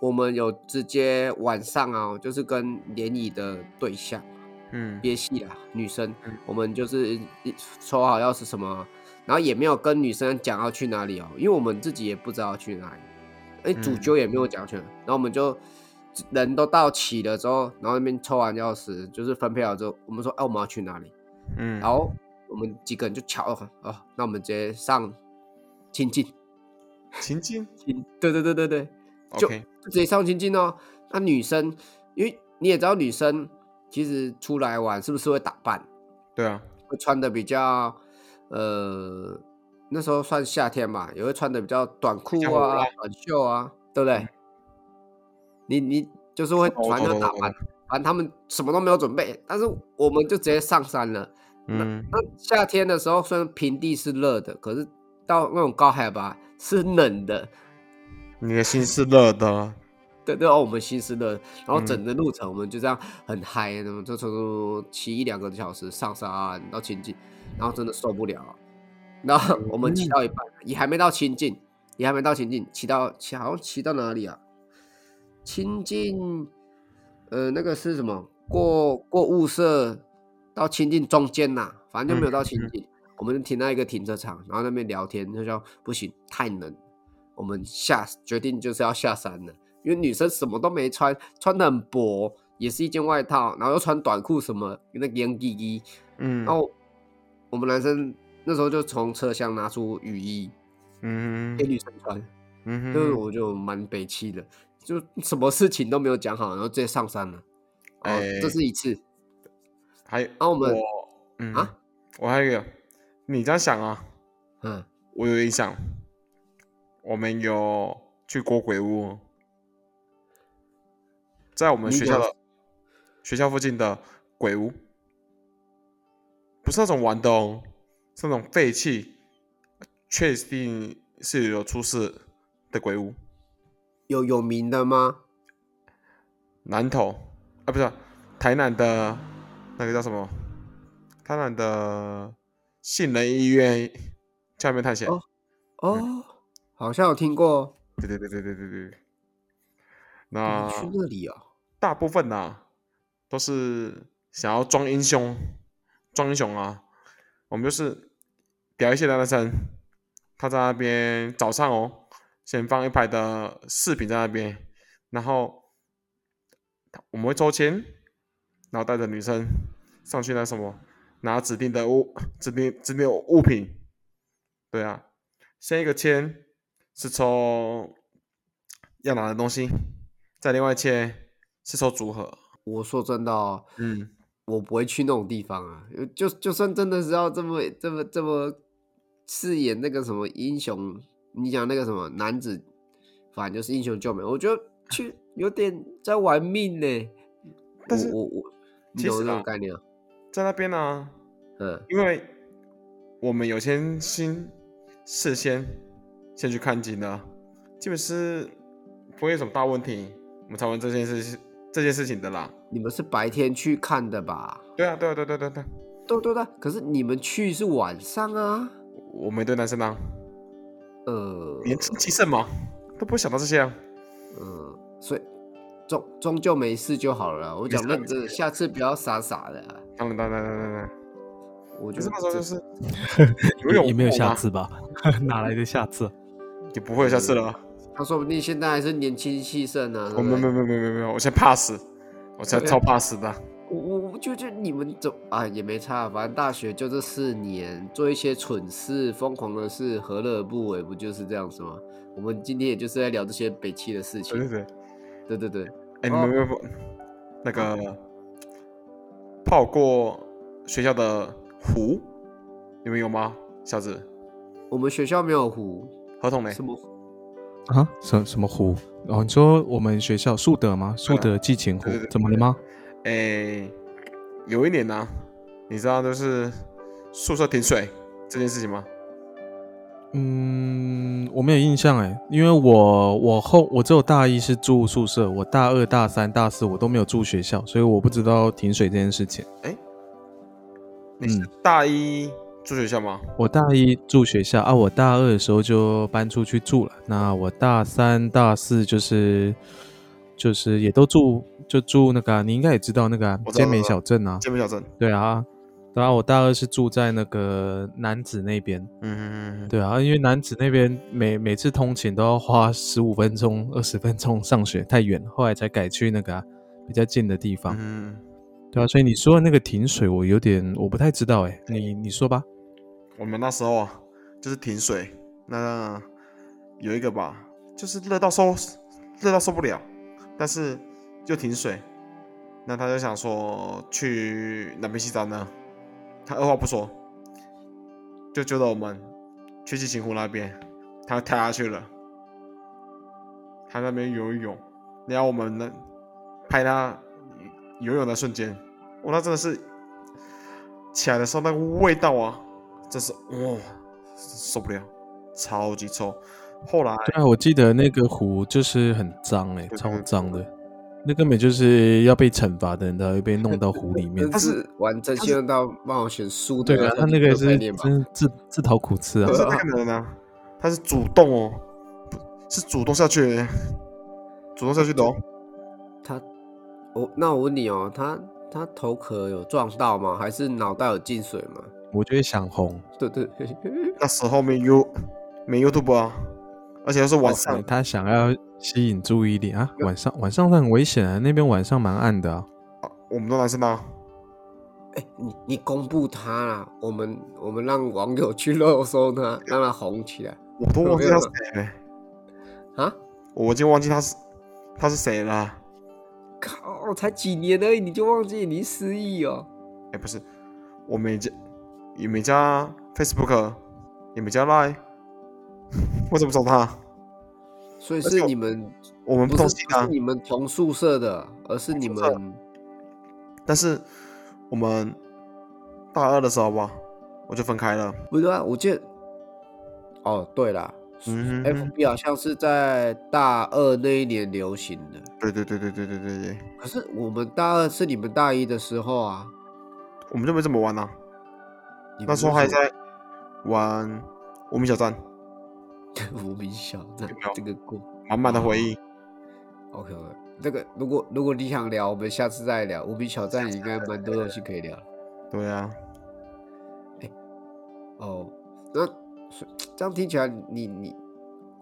[SPEAKER 3] 我们有直接晚上啊，就是跟联谊的对象。
[SPEAKER 1] 嗯，
[SPEAKER 3] 憋戏啦，女生
[SPEAKER 1] 嗯，
[SPEAKER 3] 我们就是一抽好钥匙什么啊，然后也没有跟女生讲要去哪里哦，因为我们自己也不知道要去哪里，哎，主
[SPEAKER 1] 嗯
[SPEAKER 3] 揪也没有讲去哪，然后我们就人都到齐了之后，然后那边抽完钥匙就是分配好之后，我们说哎、我们要去哪里，
[SPEAKER 1] 嗯，
[SPEAKER 3] 然后我们几个人就巧哦，哦那我们直接上亲近，
[SPEAKER 1] 情境
[SPEAKER 3] 亲，对对对对对，就
[SPEAKER 1] ，OK，
[SPEAKER 3] 就直接上亲近哦。那女生，因为你也知道女生其实出来玩是不是会打扮？
[SPEAKER 1] 对啊，
[SPEAKER 3] 会穿的比较，呃，那时候算夏天嘛，也会穿的比较短裤
[SPEAKER 1] 较火
[SPEAKER 3] 啊
[SPEAKER 1] 辣、
[SPEAKER 3] 短袖啊，对不对？你你就是会
[SPEAKER 1] 懂
[SPEAKER 3] 穿
[SPEAKER 1] 懂
[SPEAKER 3] 要
[SPEAKER 1] 哦懂
[SPEAKER 3] 打
[SPEAKER 1] 懂
[SPEAKER 3] 扮，反正他们什么都没有准备，但是我们就直接上山了。
[SPEAKER 1] 嗯，
[SPEAKER 3] 那夏天的时候，虽然平地是热的，可是到那种高海拔是冷的。
[SPEAKER 1] 你的心是热的，
[SPEAKER 3] 对对哦，我们心是热的，然后
[SPEAKER 1] 嗯
[SPEAKER 3] 整个路程我们就这样很嗨，那么就从从骑一两个小时上山到清境，然后真的受不了，啊然后 我们骑到一半，也还没到清境，也还没到清境，骑到骑好像骑到哪里啊？清境，呃，那个是什么？过过雾社到清境中间呐、反正就没有到清
[SPEAKER 1] 嗯
[SPEAKER 3] 境，我们就停到一个停车场，然后那边聊天，就说不行，太冷，我们下决定就是要下山了。因为女生什么都没穿，穿的很薄，也是一件外套，然后又穿短裤什么，那个洋基衣。
[SPEAKER 1] 嗯
[SPEAKER 3] 然，后我们男生那时候就从车厢拿出雨衣
[SPEAKER 1] 嗯
[SPEAKER 3] 给女生穿，
[SPEAKER 1] 嗯
[SPEAKER 3] 就是
[SPEAKER 1] 哼，
[SPEAKER 3] 我就蛮北气的，就 什么事情都没有讲好，然后直接上山了。哦，这
[SPEAKER 1] 哎
[SPEAKER 3] 是一次。
[SPEAKER 1] 还有
[SPEAKER 3] 然后我们，
[SPEAKER 1] 嗯
[SPEAKER 3] 啊，
[SPEAKER 1] 我还有一个，你这样想啊，
[SPEAKER 3] 嗯，
[SPEAKER 1] 我有印象，我们有去过鬼屋，在我们
[SPEAKER 3] 你
[SPEAKER 1] 学校
[SPEAKER 3] 有
[SPEAKER 1] 的学校附近的鬼屋，不是那种玩的哦，是那种废弃，确定是有出事的鬼屋。
[SPEAKER 3] 有有名的吗？
[SPEAKER 1] 南投啊，不是台南的那个叫什么？台南的杏仁医院下面探险。
[SPEAKER 3] 哦
[SPEAKER 1] 嗯
[SPEAKER 3] 哦，好像有听过，
[SPEAKER 1] 对对对对对对对。
[SPEAKER 3] 你
[SPEAKER 1] 那
[SPEAKER 3] 去那里哦。
[SPEAKER 1] 大部分啊，都是想要装英雄，装英雄啊。我们就是表一些男生，他在那边早上哦，先放一排的饰品在那边，然后我们会抽签，然后带着女生上去那什么，拿指定的物指定指定的物品，对啊，先一个签是抽要拿的东西，再另外一签是抽组合，
[SPEAKER 3] 我说真的哦，
[SPEAKER 1] 嗯，
[SPEAKER 3] 我不会去那种地方啊。就就算真的是要这么这么这么饰演那个什么英雄，你讲那个什么男子，反正就是英雄救美，我觉得去有点在玩命呢、
[SPEAKER 1] 但是
[SPEAKER 3] 我我我，你
[SPEAKER 1] 其
[SPEAKER 3] 有
[SPEAKER 1] 实
[SPEAKER 3] 那种
[SPEAKER 1] 啊
[SPEAKER 3] 概念啊？
[SPEAKER 1] 在那边呢、啊，
[SPEAKER 3] 嗯，
[SPEAKER 1] 因为我们有先先事先先去看景的，基本是不会有什么大问题，我们才问这件事情这件事情的啦。
[SPEAKER 3] 你们是白天去看的吧？
[SPEAKER 1] 对啊，对啊，对啊对啊对啊对啊，
[SPEAKER 3] 对对对，可是你们去是晚上啊？
[SPEAKER 1] 我没对男生啊，
[SPEAKER 3] 呃，
[SPEAKER 1] 年轻气盛嘛，都不会想到这些啊。
[SPEAKER 3] 嗯，所以终终究没事就好了啦。我
[SPEAKER 1] 没事啊
[SPEAKER 3] 讲认真
[SPEAKER 1] 没
[SPEAKER 3] 的，下次不要傻傻的啊。
[SPEAKER 1] 当然，当然，当然，当然。
[SPEAKER 3] 我觉
[SPEAKER 1] 可是
[SPEAKER 3] 得
[SPEAKER 1] 那时候
[SPEAKER 3] 这
[SPEAKER 1] 就是游
[SPEAKER 2] 也
[SPEAKER 1] 泳
[SPEAKER 2] 也没有
[SPEAKER 1] 过吗
[SPEAKER 2] 下次吧？哪来的下次？
[SPEAKER 1] 也不会有下次了啊。
[SPEAKER 3] 他说不定现在还是年轻气盛呢。
[SPEAKER 1] 我
[SPEAKER 3] 对不
[SPEAKER 1] 哦没有
[SPEAKER 3] 对
[SPEAKER 1] 没有没有没有没有，我现在怕死，我现在
[SPEAKER 3] 对啊
[SPEAKER 1] 超怕死的。
[SPEAKER 3] 我我我就就你们怎啊也没差，反正大学就这四年，做一些蠢事、疯狂的事，何乐而不为？不就是这样子吗？我们今天也就是在聊这些北气的事
[SPEAKER 1] 对对
[SPEAKER 3] 情。
[SPEAKER 1] 对，
[SPEAKER 3] 对对对，
[SPEAKER 1] 哎，你们有没有那个泡过学校的湖？你们有吗？小子，
[SPEAKER 3] 我们学校没有湖，
[SPEAKER 1] 合同呢？
[SPEAKER 3] 什么
[SPEAKER 2] 啊，什什么湖？哦，你说我们学校树德吗？树德寄情湖
[SPEAKER 1] 对对对
[SPEAKER 2] 怎么了吗？
[SPEAKER 1] 哎，有一年呢，你知道就是宿舍停水这件事情吗？
[SPEAKER 2] 嗯，我没有印象哎，因为我我后我只有大一是住宿舍，我大二、大三、大四我都没有住学校，所以我不知道停水这件事情。
[SPEAKER 1] 你是
[SPEAKER 2] 嗯
[SPEAKER 1] 大一住学校吗？
[SPEAKER 2] 我大一住学校啊，我大二的时候就搬出去住了。那我大三、大四就是就是也都住就住那个啊、你应该也知道那个、啊
[SPEAKER 1] 我、知道
[SPEAKER 2] 尖美小镇啊，
[SPEAKER 1] 健美小镇。
[SPEAKER 2] 对啊，对啊，我大二是住在那个南子那边，
[SPEAKER 1] 嗯嗯嗯嗯，
[SPEAKER 2] 对啊，因为南子那边每每次通勤都要花十五分钟、二十分钟上学，太远了，后来才改去那个啊、比较近的地方。
[SPEAKER 1] 嗯。
[SPEAKER 2] 对啊，所以你说的那个停水，我有点我不太知道哎、你你说吧。
[SPEAKER 1] 我们那时候啊，就是停水，那有一个吧，就是热到受热到受不了，但是又停水，那他就想说去哪边洗澡呢？他二话不说，就揪着我们去七情湖那边，他跳下去了，他在那边游泳，然后我们呢拍他游泳的瞬间，哇，那真的是起来的时候那个味道啊！这是哇，受不了，超级臭。后来
[SPEAKER 2] 对啊，我记得那个湖就是很脏哎、
[SPEAKER 1] 对
[SPEAKER 2] 超脏的，那根本就是要被惩罚的人才会被弄到湖里 面
[SPEAKER 3] 真。
[SPEAKER 1] 但是
[SPEAKER 3] 是玩真心到冒险输的
[SPEAKER 2] 对啊，他那个
[SPEAKER 3] 概
[SPEAKER 2] 是
[SPEAKER 3] 念吧
[SPEAKER 2] 真是自自讨苦吃啊
[SPEAKER 1] 不
[SPEAKER 3] 对。
[SPEAKER 1] 是那个人呢，他是主动哦，不是主动下去的，主动下去的哦。
[SPEAKER 3] 他，我那我问你哦，他他头壳有撞到吗？还是脑袋有进水吗？
[SPEAKER 2] 我就会想红，
[SPEAKER 3] 对对，
[SPEAKER 1] 那时候没 U 没 YouTube 啊，而且又是晚上，
[SPEAKER 2] 他想要吸引注意力啊。晚上晚上很危险啊，那边晚上蛮暗的啊。
[SPEAKER 1] 我们都男生啊，
[SPEAKER 3] 哎、你你公布他啦，我们我们让网友去热搜他，让他红起来
[SPEAKER 1] 我都忘记他是谁了，
[SPEAKER 3] 啊！
[SPEAKER 1] 我已经忘记他是他是谁了。啊
[SPEAKER 3] 靠，才几年而已，你就忘记你失忆哦？
[SPEAKER 1] 哎、不是，我们家也没加 Facebook，也啊没加 Line，我怎么找他？
[SPEAKER 3] 所以
[SPEAKER 1] 而且
[SPEAKER 3] 是
[SPEAKER 1] 我
[SPEAKER 3] 你们
[SPEAKER 1] 我们不
[SPEAKER 3] 不
[SPEAKER 1] 同
[SPEAKER 3] 是
[SPEAKER 1] 系的啊
[SPEAKER 3] 是。你们同宿舍的，而是你
[SPEAKER 1] 同宿舍
[SPEAKER 3] 们
[SPEAKER 1] 但是我们大二的时候吧，我就分开了。
[SPEAKER 3] 不对啊？我记得哦，对啦，
[SPEAKER 1] 嗯哼哼
[SPEAKER 3] FB 好像是在大二那一年流行的，
[SPEAKER 1] 对对对对对对对对，
[SPEAKER 3] 可是我们大二是你们大一的时候啊，
[SPEAKER 1] 我们就没怎么玩呐、啊，
[SPEAKER 3] 你们
[SPEAKER 1] 那时候
[SPEAKER 3] 为
[SPEAKER 1] 还
[SPEAKER 3] 什么
[SPEAKER 1] 在玩无名小站，
[SPEAKER 3] 无名小站
[SPEAKER 1] 有没有
[SPEAKER 3] 这个过
[SPEAKER 1] 满
[SPEAKER 3] 啊
[SPEAKER 1] 满的回忆。
[SPEAKER 3] ，OK，这个如果如果你想聊，我们下次再聊。无名小站应该蛮多东西可以聊。
[SPEAKER 1] 对啊，
[SPEAKER 3] 哦，那所以这样听起来，你你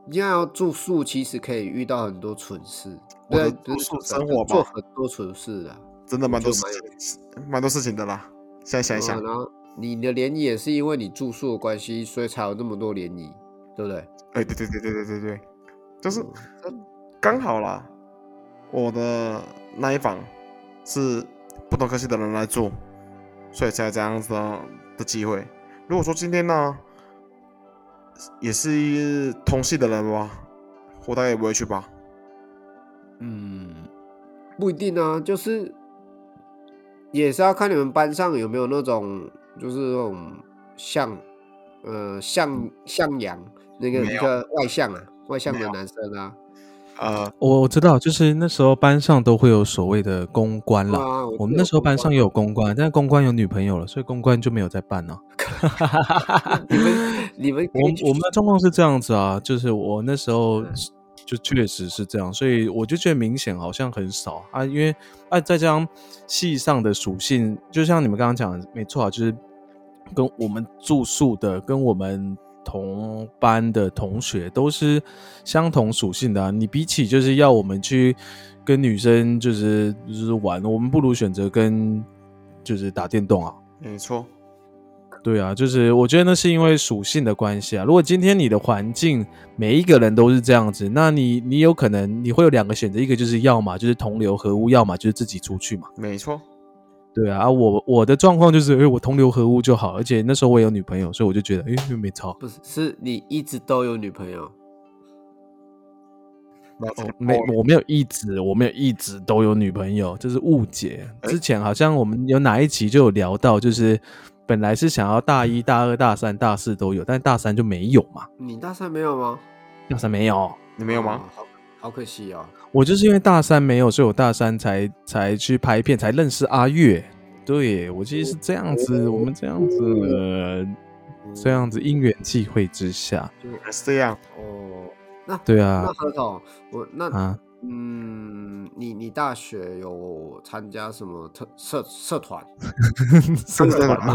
[SPEAKER 3] 你要住宿，其实可以遇到很多蠢事。
[SPEAKER 1] 我的
[SPEAKER 3] 对，不是
[SPEAKER 1] 住宿
[SPEAKER 3] 蠢
[SPEAKER 1] 生
[SPEAKER 3] 事
[SPEAKER 1] 活吧
[SPEAKER 3] 做很多蠢事啊。
[SPEAKER 1] 真的蛮多
[SPEAKER 3] 就
[SPEAKER 1] 事
[SPEAKER 3] 蛮
[SPEAKER 1] 情，蛮多事情的啦。现在想一想
[SPEAKER 3] 嗯，然后你的联谊也是因为你住宿的关系，所以才有那么多联谊，对不对？
[SPEAKER 1] 哎、对对对对对对对，就是
[SPEAKER 3] 嗯
[SPEAKER 1] 刚好啦，我的那一房是不同科系的人来住，所以才有这样子的的机会。如果说今天呢，也是同系的人吧，我大概也不会去吧。
[SPEAKER 3] 嗯，不一定啊，就是也是要看你们班上有没有那种，就是那种像，呃，像向阳那个
[SPEAKER 1] 没
[SPEAKER 3] 一
[SPEAKER 1] 有
[SPEAKER 3] 个外向啊，外向
[SPEAKER 1] 没
[SPEAKER 3] 的
[SPEAKER 1] 有
[SPEAKER 3] 男生啊，
[SPEAKER 1] 呃，
[SPEAKER 2] 我我知道，就是那时候班上都会有所谓的公关
[SPEAKER 3] 对
[SPEAKER 2] 啦。
[SPEAKER 3] 啊，
[SPEAKER 2] 我们
[SPEAKER 3] 记
[SPEAKER 2] 那
[SPEAKER 3] 得
[SPEAKER 2] 时候
[SPEAKER 3] 公
[SPEAKER 2] 班
[SPEAKER 3] 关
[SPEAKER 2] 上也有公关，但是公关有女朋友了，所以公关就没有再办啊了。
[SPEAKER 3] 你们你们
[SPEAKER 2] 我我们的状况是这样子啊，就是我那时候是就确实是这样，所以我就觉得明显好像很少啊，因为啊再加上系上的属性，就像你们刚刚讲的，没错啊，就是跟我们住宿的，跟我们同班的同学都是相同属性的、啊，你比起就是要我们去跟女生就是就是玩，我们不如选择跟就是打电动啊。
[SPEAKER 1] 没错，
[SPEAKER 2] 对啊，就是我觉得那是因为属性的关系啊。如果今天你的环境每一个人都是这样子，那你你有可能你会有两个选择，一个就是要么就是同流合污，要么就是自己出去嘛。
[SPEAKER 1] 没错，
[SPEAKER 2] 对啊，啊我我的状况就是，哎，我同流合污就好，而且那时候我也有女朋友，所以我就觉得，哎，又没差，
[SPEAKER 3] 不是是你一直都有女朋友，
[SPEAKER 1] 哦
[SPEAKER 2] 没我没有一直我没有一直都有女朋友，这是误解。之前好像我们有哪一集就有聊到，就是本来是想要大一、大二、大三、大四都有，但大三就没有嘛，
[SPEAKER 3] 你大三没有吗？
[SPEAKER 2] 大三没有。
[SPEAKER 1] 你没有
[SPEAKER 3] 哦
[SPEAKER 1] 吗？？
[SPEAKER 3] 好好可惜哦。
[SPEAKER 2] 我就是因为大三没有，所以我大三才才去拍片，才认识阿月。对我其实是这样子，我们这样子，呃这样子因缘际会之下，
[SPEAKER 1] 还是这样，
[SPEAKER 3] 哦，那
[SPEAKER 2] 对啊
[SPEAKER 3] 那何总，我那
[SPEAKER 2] 啊，
[SPEAKER 3] 嗯，你你大学有参加什么特社社团？
[SPEAKER 1] 是这样
[SPEAKER 2] 吗
[SPEAKER 1] 吗？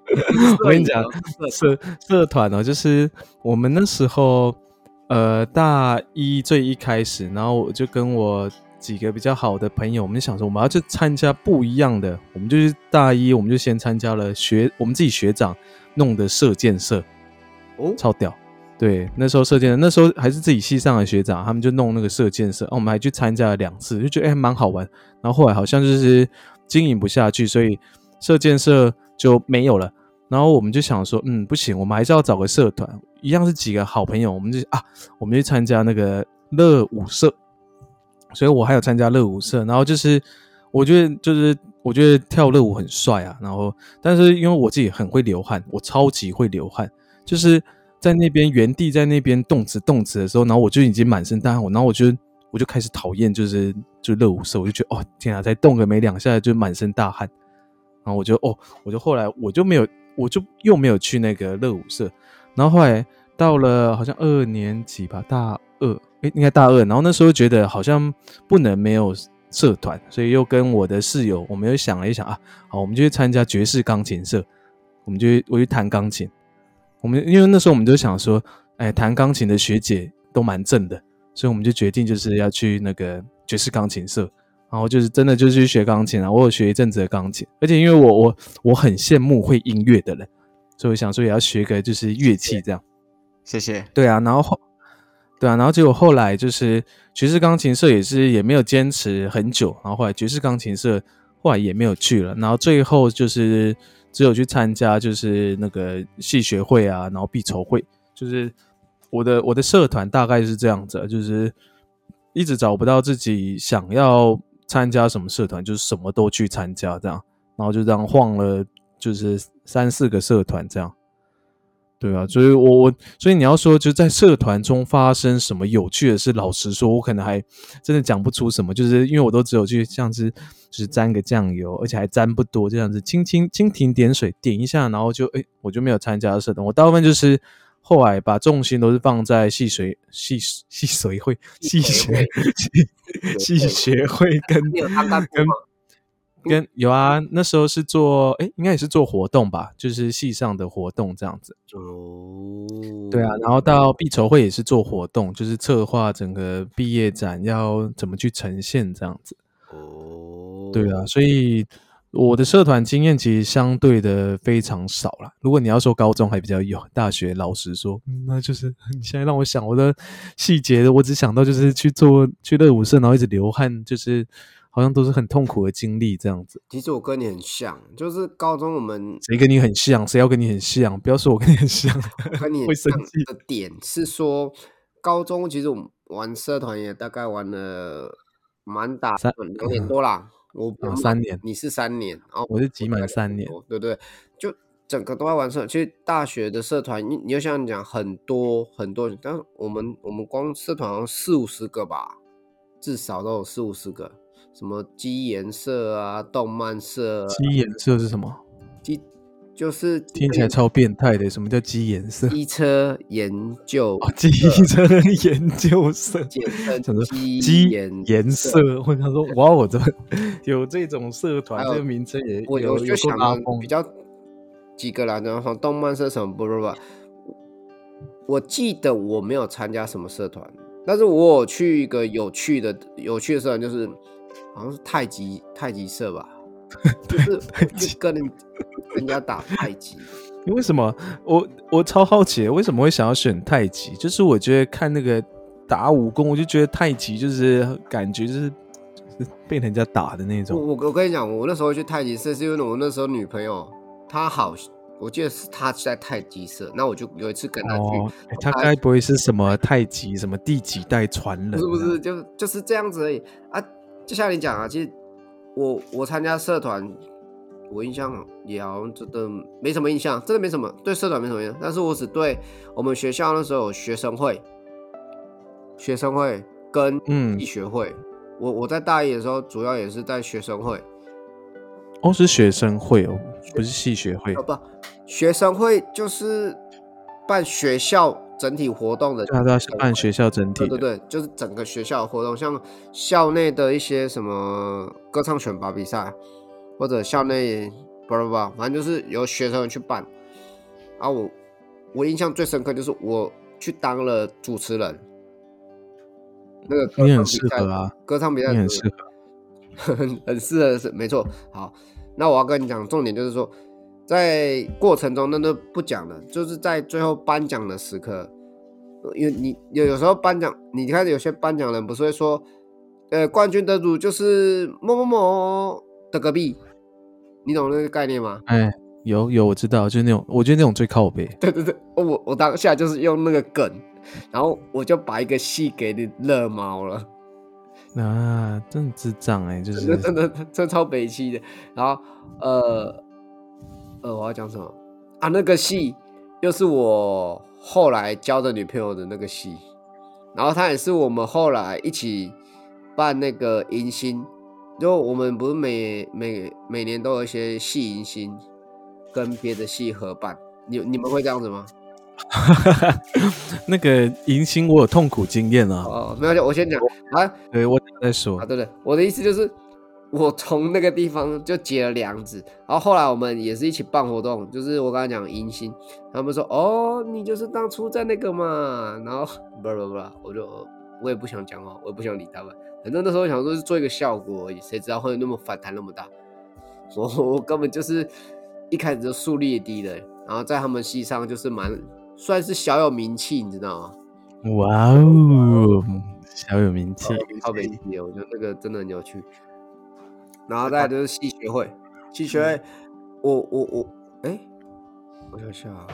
[SPEAKER 2] 我跟你讲
[SPEAKER 3] 摄影啊，社
[SPEAKER 2] 社社团哦，就是我们那时候，呃，大一最一开始，然后我就跟我几个比较好的朋友，我们想说我们要去参加不一样的，我们就是大一，我们就先参加了学我们自己学长弄的射箭社，
[SPEAKER 3] 哦，
[SPEAKER 2] 超屌。对，那时候射箭的，那时候还是自己系上的学长，他们就弄那个射箭社，啊我们还去参加了两次，就觉得哎蛮、好玩。然后后来好像就是经营不下去，所以射箭社就没有了。然后我们就想说，嗯，不行，我们还是要找个社团，一样是几个好朋友，我们就啊，我们去参加那个乐舞社。所以我还有参加热舞社，然后就是我觉得就是我觉得跳热舞很帅啊，然后但是因为我自己很会流汗，我超级会流汗，就是在那边原地在那边动词动词的时候，然后我就已经满身大汗，我然后我就我就开始讨厌就是就热舞社，我就觉得哦天啊，才动个没两下就满身大汗，然后我就哦我就后来我就没有我就又没有去那个热舞社，然后后来到了好像二年级吧，大二，诶，应该大二。然后那时候觉得好像不能没有社团，所以又跟我的室友，我们又想了一想啊，好，我们就去参加爵士钢琴社，我们就去我去弹钢琴。我们因为那时候我们就想说，哎，弹钢琴的学姐都蛮正的，所以我们就决定就是要去那个爵士钢琴社。然后就是真的就是去学钢琴啊，我有学一阵子的钢琴，而且因为我我我很羡慕会音乐的人，所以我想说也要学个就是乐器这样。
[SPEAKER 1] 谢谢。
[SPEAKER 2] 对啊，然后后，对啊，然后结果后来就是爵士钢琴社也是也没有坚持很久，然后后来爵士钢琴社后来也没有去了，然后最后就是只有去参加就是那个戏学会啊，然后必筹会，就是我的我的社团大概是这样子啊，就是一直找不到自己想要参加什么社团，就是什么都去参加这样，然后就这样晃了就是三四个社团这样。对啊，所以我我所以你要说，就是在社团中发生什么有趣的事，老实说，我可能还真的讲不出什么，就是因为我都只有去像是就是沾个酱油，而且还沾不多，这样子蜻蜓蜻蜓点水点一下，然后就哎我就没有参加社团，我大部分就是后来把重心都是放在戏水戏戏水会戏学戏戏学会跟
[SPEAKER 3] 你有参加过
[SPEAKER 2] 跟
[SPEAKER 3] 吗
[SPEAKER 2] 跟有啊，那时候是做哎应该也是做活动吧，就是系上的活动这样子。
[SPEAKER 3] 哦，
[SPEAKER 2] 对啊，然后到必筹会也是做活动，就是策划整个毕业展要怎么去呈现这样子。
[SPEAKER 3] 哦，
[SPEAKER 2] 对啊，所以我的社团经验其实相对的非常少啦。如果你要说高中还比较有，大学老实说，嗯那就是 你现在让我想我的细节，我只想到就是去做去热舞社，然后一直流汗，就是好像都是很痛苦的经历这样子。
[SPEAKER 3] 其实我跟你很像，就是高中我们
[SPEAKER 2] 谁跟你很像？谁要跟你很像？不要说我跟你很 像。啊
[SPEAKER 3] 我跟你
[SPEAKER 2] 会
[SPEAKER 3] 很
[SPEAKER 2] 生
[SPEAKER 3] 像
[SPEAKER 2] 气
[SPEAKER 3] 的点是说，高中其实我们玩社团也大概玩了蛮打
[SPEAKER 2] 三
[SPEAKER 3] 两年多啦，我不
[SPEAKER 2] 啊
[SPEAKER 3] 满
[SPEAKER 2] 三年
[SPEAKER 3] 你是三年，哦，
[SPEAKER 2] 我是集满
[SPEAKER 3] 大概两
[SPEAKER 2] 三年
[SPEAKER 3] 多，哦对对，就整个都在玩社。其实大学的社团，你你就像你讲很多很多，但是我们我们光社团好像四五十个吧，至少都有四五十个，什么基研社啊、动漫社、啊，
[SPEAKER 2] 鸡颜色是什么？
[SPEAKER 3] 基就是
[SPEAKER 2] 听起来超变态的，什么叫鸡颜色？
[SPEAKER 3] 机车研究
[SPEAKER 2] 哦，机车研究社，
[SPEAKER 3] 简称
[SPEAKER 2] 想说
[SPEAKER 3] 机
[SPEAKER 2] 鸡
[SPEAKER 3] 研
[SPEAKER 2] 颜色，我想说，哇，我怎么有这种社团
[SPEAKER 3] 还
[SPEAKER 2] 这
[SPEAKER 3] 有
[SPEAKER 2] 个名称也
[SPEAKER 3] 我
[SPEAKER 2] 有
[SPEAKER 3] 我
[SPEAKER 2] 有
[SPEAKER 3] 就
[SPEAKER 2] 够
[SPEAKER 3] 想
[SPEAKER 2] 拉
[SPEAKER 3] 到
[SPEAKER 2] 风
[SPEAKER 3] 比较几个啦，然后动漫社什么不不不，我记得我没有参加什么社团，但是我有去一个有趣的有趣的社团，就是好像是太极太极社 吧，就是我去跟人人家打太极，
[SPEAKER 2] 你为什么我我超好奇，为什么会想要选太极？就是我觉得看那个打武功，我就觉得太极就是感觉就是就是被人家打的那
[SPEAKER 3] 我
[SPEAKER 2] 种。
[SPEAKER 3] 我我跟你讲，我那时候去太极社是因为我那时候女朋友她好，我记得是她在太极社，那我就有一次跟她去，
[SPEAKER 2] 哦，欸他该不会是什么太极什么第几代传人？啊
[SPEAKER 3] 不是不是，，就就是这样子而已啊。就像你讲啊，其实我我参加社团，我印象也好像真的没什么印象，真的没什么对社团没什么印象，但是我只对我们学校那时候有学生会、学生会跟
[SPEAKER 2] 嗯
[SPEAKER 3] 医学会。我我在大一的时候，主要也是在学生会，
[SPEAKER 2] 哦，是学生会哦，不是系学会。
[SPEAKER 3] 哦不，学生会就是办学校整体活动的，
[SPEAKER 2] 对啊，对啊，是办学校整体
[SPEAKER 3] 对
[SPEAKER 2] 的
[SPEAKER 3] 对对，就是整个学校的活动，像校内的一些什么歌唱选拔比赛，或者校内不不不，反正就是由学生去办。啊，我我印象最深刻就是我去当了主持人，那个歌
[SPEAKER 2] 你
[SPEAKER 3] 唱
[SPEAKER 2] 很
[SPEAKER 3] 比
[SPEAKER 2] 适
[SPEAKER 3] 赛
[SPEAKER 2] 合啊，
[SPEAKER 3] 歌唱比赛
[SPEAKER 2] 你很
[SPEAKER 3] 主持
[SPEAKER 2] 适合。
[SPEAKER 3] 很 很适合是没错。好，那我要跟你讲，重点就是说，在过程中那都不讲了，就是在最后颁奖的时刻，呃因为你有有时候颁奖，你看有些颁奖人不是会说，呃，冠军得主就是某某某的隔壁，你懂那个概念吗？
[SPEAKER 2] 哎，有有，我知道，就是那种，我觉得那种最靠北。
[SPEAKER 3] 对对对，哦我我当下就是用那个梗，然后我就把一个戏给你乐毛了。
[SPEAKER 2] 啊，真的智障哎、就是
[SPEAKER 3] 真的真的真的超北气的。然后呃呃，我要讲什么啊？那个戏又是我后来交的女朋友的那个戏，然后她也是我们后来一起办那个迎新，就我们不是每每每年都有一些戏迎新，跟别的戏合办。你你们会这样子吗？
[SPEAKER 2] 那个迎新，我有痛苦经验啊。
[SPEAKER 3] 哦，没有，就我先讲啊。
[SPEAKER 2] 对我等一下再说
[SPEAKER 3] 啊，。对对，我的意思就是，我从那个地方就结了梁子，然后后来我们也是一起办活动，就是我刚才讲迎新，他们说哦，你就是当初在那个嘛，然后不不不，我就我也不想讲话，我也不想理他们，反正那时候想说是做一个效果而已，谁知道会那么反弹那么大，我我根本就是一开始就树立低的，然后在他们系上就是蛮算是小有名气，你知道吗？
[SPEAKER 2] 哇哦，小有名气。
[SPEAKER 3] 靠北极，我觉得那个真的很有趣。然后再来就是戏学会，戏学会，我我我，哎、我想想啊，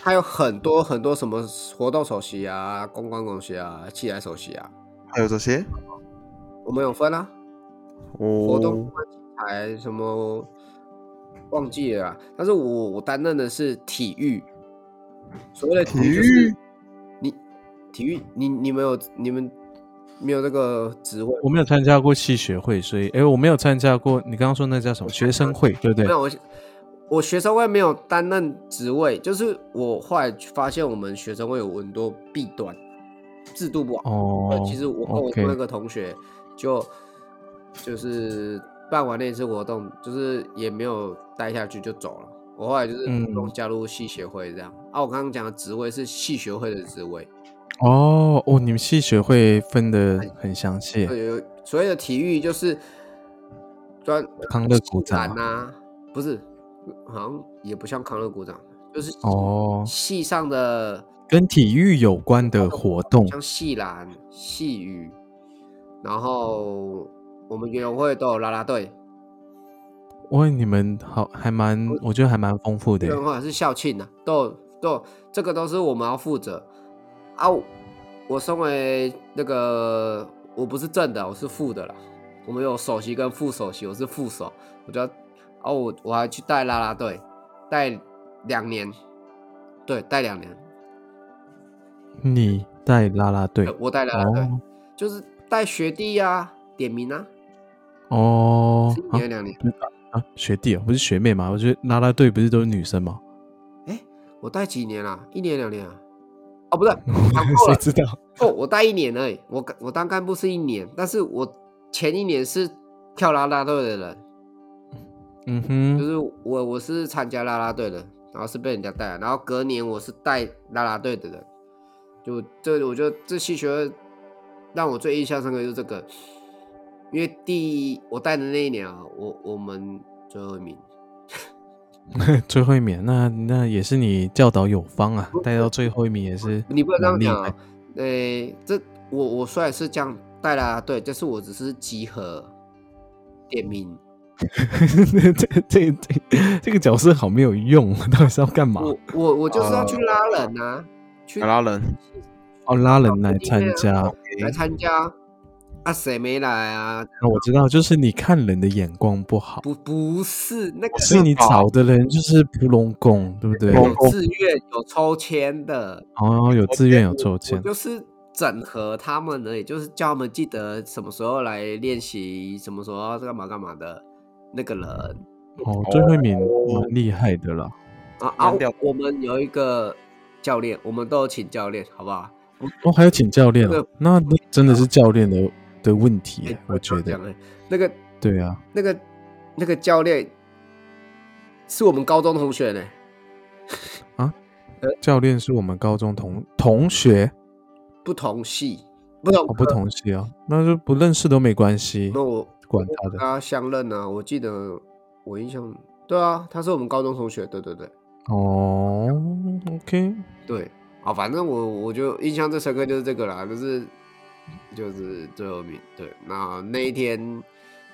[SPEAKER 3] 还有很多很多什么活动首席啊、公关首席啊、器材首席啊，
[SPEAKER 1] 还有这些
[SPEAKER 3] 我们有分啊，活
[SPEAKER 1] 哦
[SPEAKER 3] 动公，关器材什么忘记了啊，但是我我担任的是体育所谓的体育就是你体育，你你们有你们没有那个职位？
[SPEAKER 2] 我没有参加过系学会，所以哎，我没有参加过你刚刚说那叫什么学生会，对不对
[SPEAKER 3] 没？有，我我学生会没有担任职位，就是我后来发现我们学生会有很多弊端，制度不好。
[SPEAKER 2] 哦
[SPEAKER 3] 那，其实我跟我
[SPEAKER 2] OK
[SPEAKER 3] 那个同学就就是办完那一次活动，就是也没有待下去就走了。我后来就是
[SPEAKER 2] 嗯
[SPEAKER 3] 主动加入系学会这样。啊，我刚刚讲的职位是系学会的职位，
[SPEAKER 2] 哦哦，你们系学会分的很详细，
[SPEAKER 3] 呃有所谓的体育就是专
[SPEAKER 2] 康乐股
[SPEAKER 3] 自然
[SPEAKER 2] 长
[SPEAKER 3] 啊，不是，好像也不像康乐股长，就是
[SPEAKER 2] 哦，
[SPEAKER 3] 系上的
[SPEAKER 2] 跟体育有关的活动
[SPEAKER 3] 像系篮、系羽，然后我们园游会都有啦啦队，
[SPEAKER 2] 哇，你们好，还蛮，我觉得还蛮丰富的耶。
[SPEAKER 3] 或者是校庆啊，都有都有这个都是我们要负责啊。我我身为那个我不是正的，我是副的啦。我们有首席跟副首席，我是副手，我就要啊我我还去带啦啦队，带两年，对，带两年，
[SPEAKER 2] 你带啦啦队
[SPEAKER 3] 呃，我带啦啦队，
[SPEAKER 2] 哦
[SPEAKER 3] 就是带学弟呀、啊，点名啊，
[SPEAKER 2] 哦
[SPEAKER 3] 是一
[SPEAKER 2] 啊
[SPEAKER 3] 年两年。
[SPEAKER 2] 啊，学弟哦，不是学妹嘛？我觉得啦啦队不是都是女生吗？
[SPEAKER 3] 我带几年啦、一年两年啊？哦，不对，讲错
[SPEAKER 2] 谁
[SPEAKER 3] 了。
[SPEAKER 2] 知道？
[SPEAKER 3] 哦，我带一年而已。我干我当干部是一年，但是我前一年是跳啦啦队的人，
[SPEAKER 2] 嗯
[SPEAKER 3] 就
[SPEAKER 2] 哼，
[SPEAKER 3] 是我我是参加啦啦队的，然后是被人家带啊的，然后隔年我是带啦啦队的人。就这，我觉得这戏学会让我最印象深刻就是这个，因为第一我带的那一年啊，我我们最后一名，
[SPEAKER 2] 最后一名，那那也是你教导有方啊，带到最后一名也是
[SPEAKER 3] 你不能这样
[SPEAKER 2] 蛮厉
[SPEAKER 3] 讲啊
[SPEAKER 2] 害。
[SPEAKER 3] 诶、这我我虽然是这样带啦啦队，但是我只是集合点名。
[SPEAKER 2] 这这这这个角色好没有用，啊到底是要干嘛？
[SPEAKER 3] 我我我就是要去拉人啊，去
[SPEAKER 1] 拉人，
[SPEAKER 2] 哦，拉人来参加。
[SPEAKER 3] 来参加。啊，谁没来啊？
[SPEAKER 2] 那我知道，就是你看人的眼光不好，
[SPEAKER 3] 不不是那个
[SPEAKER 1] 不
[SPEAKER 2] 是
[SPEAKER 1] 是
[SPEAKER 2] 你
[SPEAKER 1] 吧
[SPEAKER 2] 找的人就是普龙贡，对不对？
[SPEAKER 1] 普龙
[SPEAKER 3] 有自愿有抽签的，
[SPEAKER 2] 哦，有自愿有抽
[SPEAKER 3] 我
[SPEAKER 2] 签，
[SPEAKER 3] 就是整合他们而已，就是叫他们记得什么时候来练习，什么时候要干嘛干嘛的。那个人
[SPEAKER 2] 哦，最后一名蛮厉害的啦。
[SPEAKER 3] 啊啊
[SPEAKER 1] 蛮屌！
[SPEAKER 3] 我们有一个教练，我们都有请教练，好不好？
[SPEAKER 2] 哦，还有请教练、
[SPEAKER 3] 这
[SPEAKER 2] 啊
[SPEAKER 3] 个，
[SPEAKER 2] 那那真的是教练的的问题耶、我觉
[SPEAKER 3] 这样
[SPEAKER 2] 得。
[SPEAKER 3] 欸那个
[SPEAKER 2] 对啊，
[SPEAKER 3] 那个那个教练是我们高中同学呢、
[SPEAKER 2] 教练是我们高中同同学，
[SPEAKER 3] 不同系，不同
[SPEAKER 2] 哦，不同系啊，那就不认识都没关系，
[SPEAKER 3] 那我
[SPEAKER 2] 管他的。
[SPEAKER 3] 跟他相认啊，我记得我印象，对啊，他是我们高中同学，对对对
[SPEAKER 2] 哦，OK，
[SPEAKER 3] 对，啊，反正我我就印象最深刻就是这个啦，就是就是最后一名，对，那那一天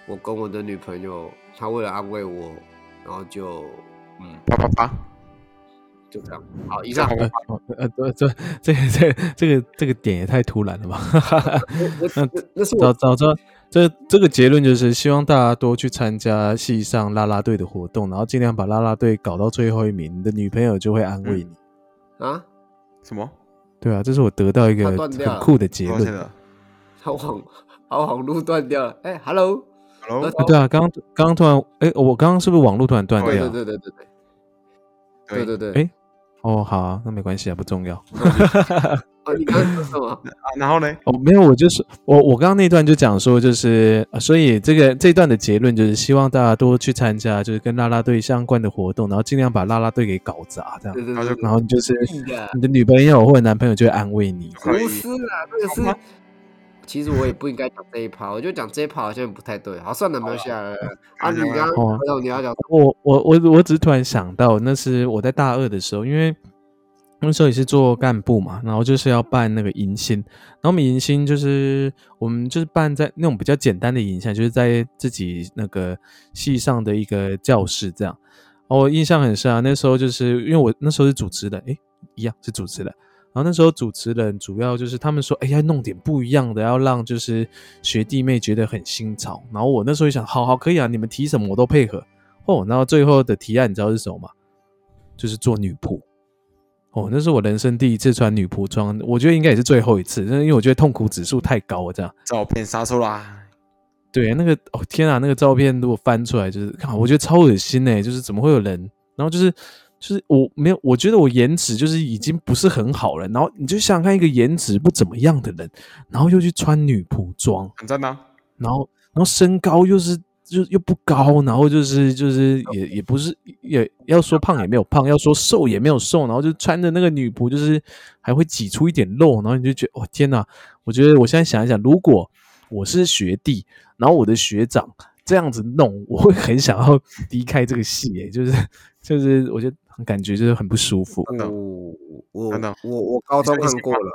[SPEAKER 3] 我跟我的女朋友，她为了安慰我，然后就嗯
[SPEAKER 1] 啪啪啪，
[SPEAKER 3] 就这样，好，以上
[SPEAKER 2] 呃，哦呃，对这这个这个这个这个点也太突然了吧？哈哈哈。
[SPEAKER 3] 我我 那那是
[SPEAKER 2] 早
[SPEAKER 3] 我
[SPEAKER 2] 早知道这这个结论就是希望大家多去参加系上啦啦队的活动，然后尽量把啦啦队搞到最后一名，你的女朋友就会安慰你。
[SPEAKER 3] 啊，
[SPEAKER 1] 什么？
[SPEAKER 2] 对啊，这是我得到一个
[SPEAKER 3] 她断掉
[SPEAKER 2] 很酷的结
[SPEAKER 1] 抱
[SPEAKER 2] 论
[SPEAKER 1] 歉。了
[SPEAKER 3] 她网她网路断掉了，哎、h e l l o
[SPEAKER 1] ，Hello，
[SPEAKER 2] 啊对啊，刚刚刚刚突然，哎，我刚刚是不是网络突然断
[SPEAKER 3] 对
[SPEAKER 2] 掉
[SPEAKER 3] 对？对对对
[SPEAKER 1] 对
[SPEAKER 3] 对对对
[SPEAKER 2] 哎
[SPEAKER 3] 对，
[SPEAKER 2] 哦，好啊、那没关系啊，不重要。
[SPEAKER 3] 啊，你刚刚说什么？
[SPEAKER 1] 啊然后呢？
[SPEAKER 2] 哦，没有，我就是我，我刚刚那段就讲说，就是、呃所以这个这段的结论就是希望大家多去参加，就是跟啦啦队相关的活动，然后尽量把啦啦队给搞砸，这样
[SPEAKER 3] 对，对
[SPEAKER 1] 然后
[SPEAKER 3] 对
[SPEAKER 1] 就
[SPEAKER 3] 对，
[SPEAKER 2] 然后你就是
[SPEAKER 3] 故意的
[SPEAKER 2] 你的女朋友或者男朋友就会安慰你。
[SPEAKER 1] 可以
[SPEAKER 3] 不是啦，那个
[SPEAKER 1] 好
[SPEAKER 3] 是
[SPEAKER 1] 吗。
[SPEAKER 3] 其实我也不应该讲这一趴，我就讲这一趴好像不太对。好，算了，没有下来了。
[SPEAKER 1] 好
[SPEAKER 3] 啊，你
[SPEAKER 1] 讲完
[SPEAKER 3] 刚
[SPEAKER 2] 好啊
[SPEAKER 3] 刚没有你要讲什
[SPEAKER 2] 我我我我只是突然想到，那是我在大二的时候，因为那时候也是做干部嘛，然后就是要办那个迎新，然后我们迎新就是我们就是办在那种比较简单的迎新，就是在自己那个系上的一个教室这样。哦，我印象很深啊，那时候就是因为我那时候是主持人，诶，一样是主持人。然后那时候主持人主要就是他们说，哎，要弄点不一样的，要让就是学弟妹觉得很新潮。然后我那时候也想，好好可以啊，你们提什么我都配合。哦，然后最后的提案你知道是什么吗？就是做女仆。哦，那是我人生第一次穿女仆装，我觉得应该也是最后一次，那因为我觉得痛苦指数太高了，这样。
[SPEAKER 1] 照片杀出来，
[SPEAKER 2] 对，那个哦天啊，那个照片如果翻出来，就是看，我觉得超恶心呢、就是怎么会有人，然后就是就是我没有，我觉得我颜值就是已经不是很好了，然后你就想想看一个颜值不怎么样的人，然后又去穿女仆装，
[SPEAKER 1] 很赞呐！
[SPEAKER 2] 然后然后身高又是就又不高，然后就是就是也也不是也要说胖也没有胖，要说瘦也没有瘦，然后就穿着那个女仆，就是还会挤出一点肉，然后你就觉得哇天哪！我觉得我现在想一想，如果我是学弟，然后我的学长这样子弄，我会很想要离开这个系、 欸，就是就是我觉得感觉就是很不舒服。
[SPEAKER 1] 真
[SPEAKER 3] 嗯
[SPEAKER 1] 的
[SPEAKER 3] 我我
[SPEAKER 1] 真的
[SPEAKER 3] 我我高中看过了